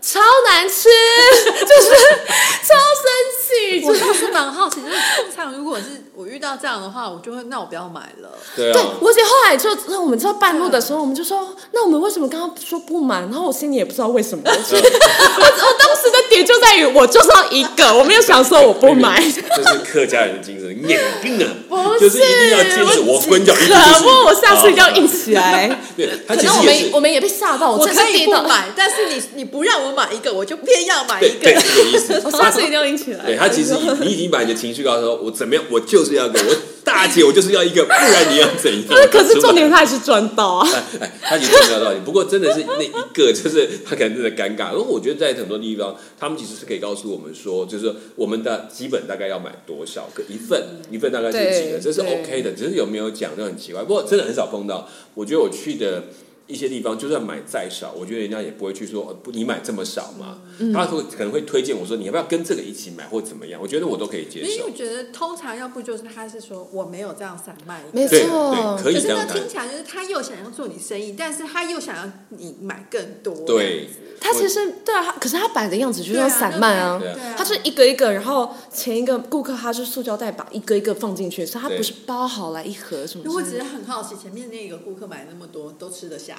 Speaker 3: 超难吃， 就是超生气，就
Speaker 2: 我
Speaker 3: 是。
Speaker 2: 倒是蛮好奇，就是通常如果是我遇到这样的话，我就会那我不要买了。
Speaker 1: 对
Speaker 3: 对
Speaker 1: 啊，，
Speaker 3: 我姐后来就，那我们知道半路的时候，我们就说，那我们为什么刚刚说不买？然后我心里也不知道为什么， 我就我我当时的点就在于，我就是要一个，我没有想说我不买，
Speaker 1: 这是客家人的精神，眼病啊，
Speaker 3: 不
Speaker 1: 就是一定要坚持，我
Speaker 3: 只
Speaker 1: 跟脚一定就是
Speaker 3: 可不，我下次一定要硬起来。
Speaker 1: 对，哦 他
Speaker 3: 可
Speaker 1: 其
Speaker 3: 能
Speaker 1: 实
Speaker 3: 我
Speaker 1: 也
Speaker 3: 们
Speaker 1: 是
Speaker 3: 我们也被吓到，
Speaker 2: 我
Speaker 3: 真的
Speaker 2: 可
Speaker 3: 是
Speaker 2: 以
Speaker 3: 跌
Speaker 2: 不
Speaker 3: 到，
Speaker 2: 买，但是你你不让我买一个，我就偏要买一
Speaker 1: 对对
Speaker 2: 个。
Speaker 1: 这个意思。
Speaker 3: 我哦下次一定要硬起来。
Speaker 1: 对他 其实已你已经把你的情绪告诉他，我怎么样，我就是要一个，我大姐我就是要一个，不然你要怎样？
Speaker 3: 不是， 可是重点他还是赚到啊。
Speaker 1: 哎，他也赚到道理，不过真的是那一个，就是他可能真的尴尬。因为我觉得在很多地方，他们其实是可以告诉我们说，就是我们的基本大概要买多少个一份，一份大概是几个，
Speaker 3: 对
Speaker 1: 这是
Speaker 3: 对
Speaker 1: OK 的。只是有没有讲就很奇怪。不过真的很少碰到，我觉得我去的。一些地方就算买再少，我觉得人家也不会去说哦不，你买这么少嘛？他会可能会推荐我说你要不要跟这个一起买或怎么样？我觉得我都可以接
Speaker 2: 因为
Speaker 1: 受
Speaker 2: 我。觉得通常要不就是他是说我没有这样散卖一个，
Speaker 3: 没
Speaker 1: 对
Speaker 3: 错
Speaker 1: 对，可以
Speaker 2: 可是
Speaker 1: 这样
Speaker 2: 那
Speaker 1: 谈
Speaker 2: 听。起来就是他又想要做你生意，但是他又想要你买更多。
Speaker 1: 对，
Speaker 3: 他其实对啊，他可是他摆的样子就
Speaker 2: 对
Speaker 3: 像
Speaker 2: 啊，
Speaker 3: 散漫啊
Speaker 1: 对啊，
Speaker 3: 他是一个一个，然后前一个顾客他是塑胶袋把一个一个放进去，所以他
Speaker 1: 对
Speaker 3: 不是包好来一盒什么之类的。
Speaker 2: 如果只 是很好奇，前面那个顾客买那么多都吃得下吗？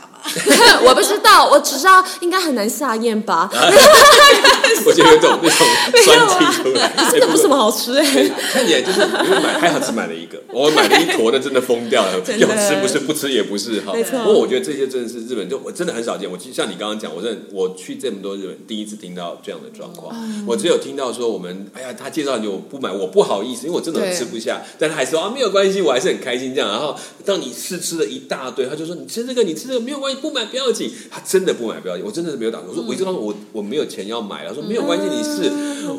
Speaker 3: 我不知道，我只知道应该很难下咽吧，
Speaker 1: 啊我觉得有种那种酸气出 来，
Speaker 3: 真的不怎么好吃哎。
Speaker 1: 看起来就是因为买，还好只买了一个，我买了一坨，那真的疯掉了，
Speaker 3: 真
Speaker 1: 要
Speaker 3: 的
Speaker 1: 吃不是，不吃也不是哈。
Speaker 3: 没错
Speaker 1: 不过我觉得这些真的是日本，就我真的很少见。我其实像你刚刚讲，我真的我去这么多日本，第一次听到这样的状况。我只有听到说我们，哎呀，他介绍你我不买，我不好意思，因为我真的
Speaker 3: 对
Speaker 1: 吃不下，但他还说啊没有关系，我还是很开心这样。然后当你试吃了一大堆，他就说你吃这个，你吃这个没有关系，不买不要紧。他真的不买不要紧，我真的是没有打算。我说我一直告诉我我没有钱要买，他说没有关系，你试。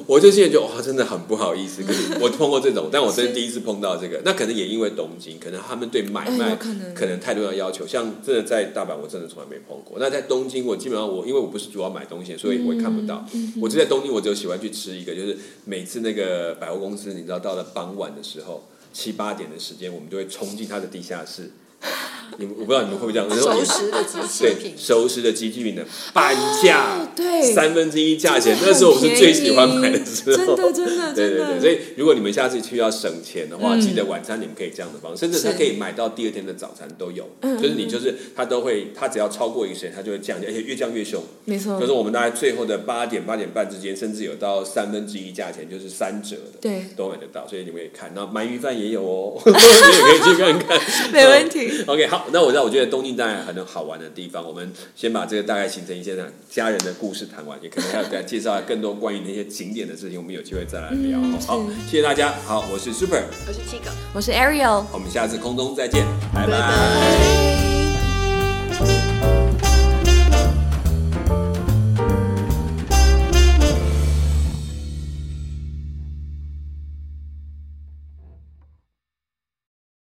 Speaker 1: 我就现在就哇，真的很不好意思。可是我碰过这种，但我真的第一次碰到这个。那可能也因为东京，可能他们对买
Speaker 3: 哎
Speaker 1: 卖
Speaker 3: 有可能
Speaker 1: 太多的要求。像真的在大阪，我真的从来没碰过。那在东京，我基本上我因为我不是主要买东西，所以我也看不到。
Speaker 3: 嗯
Speaker 1: 我就在东京，我只有喜欢去吃一个，就是每次那个百货公司，你知道到了傍晚的时候，七八点的时间，我们就会冲进它的地下 室。你们我不知道你们会不会这样，
Speaker 2: 熟食的机器
Speaker 1: 对
Speaker 2: 品，
Speaker 1: 熟食的机器品的半价、
Speaker 3: 哦 对
Speaker 1: 三分之一价钱，那
Speaker 3: 真的很
Speaker 1: 时候我是最喜欢买的时候。
Speaker 3: 真的真的
Speaker 1: 对
Speaker 3: 真
Speaker 1: 对
Speaker 3: 的。嗯
Speaker 1: 对，所以如果你们下次去要省钱的话，记得晚餐你们可以这样的方式，甚至它
Speaker 3: 是嗯
Speaker 1: 可以买到第二天的早餐都有。就是你就是它都会，它只要超过一个时间，它就会降价，而且越降越凶。
Speaker 3: 没错
Speaker 1: 就是我们大概最后的八点八点半之间，甚至有到三分之一价钱，就是三折的，
Speaker 3: 对
Speaker 1: 都买得到，所以你们也看。那鳗鱼饭也有 哦，你也可以去看看。
Speaker 3: 没问题。
Speaker 1: OK，好，那我知道，我觉得东京当然很多好玩的地方，我们先把这个大概形成一些呢家人的故事谈完，也可能还有再介绍更多关于那些景点的事情，我们有机会再来聊。
Speaker 3: 嗯
Speaker 1: 好，
Speaker 3: 是
Speaker 1: 谢谢大家，好，我是 Super，
Speaker 2: 我是七个。
Speaker 3: 我是 Ariel。
Speaker 1: 我们下次空中再见，拜
Speaker 2: 拜
Speaker 1: 拜
Speaker 2: 拜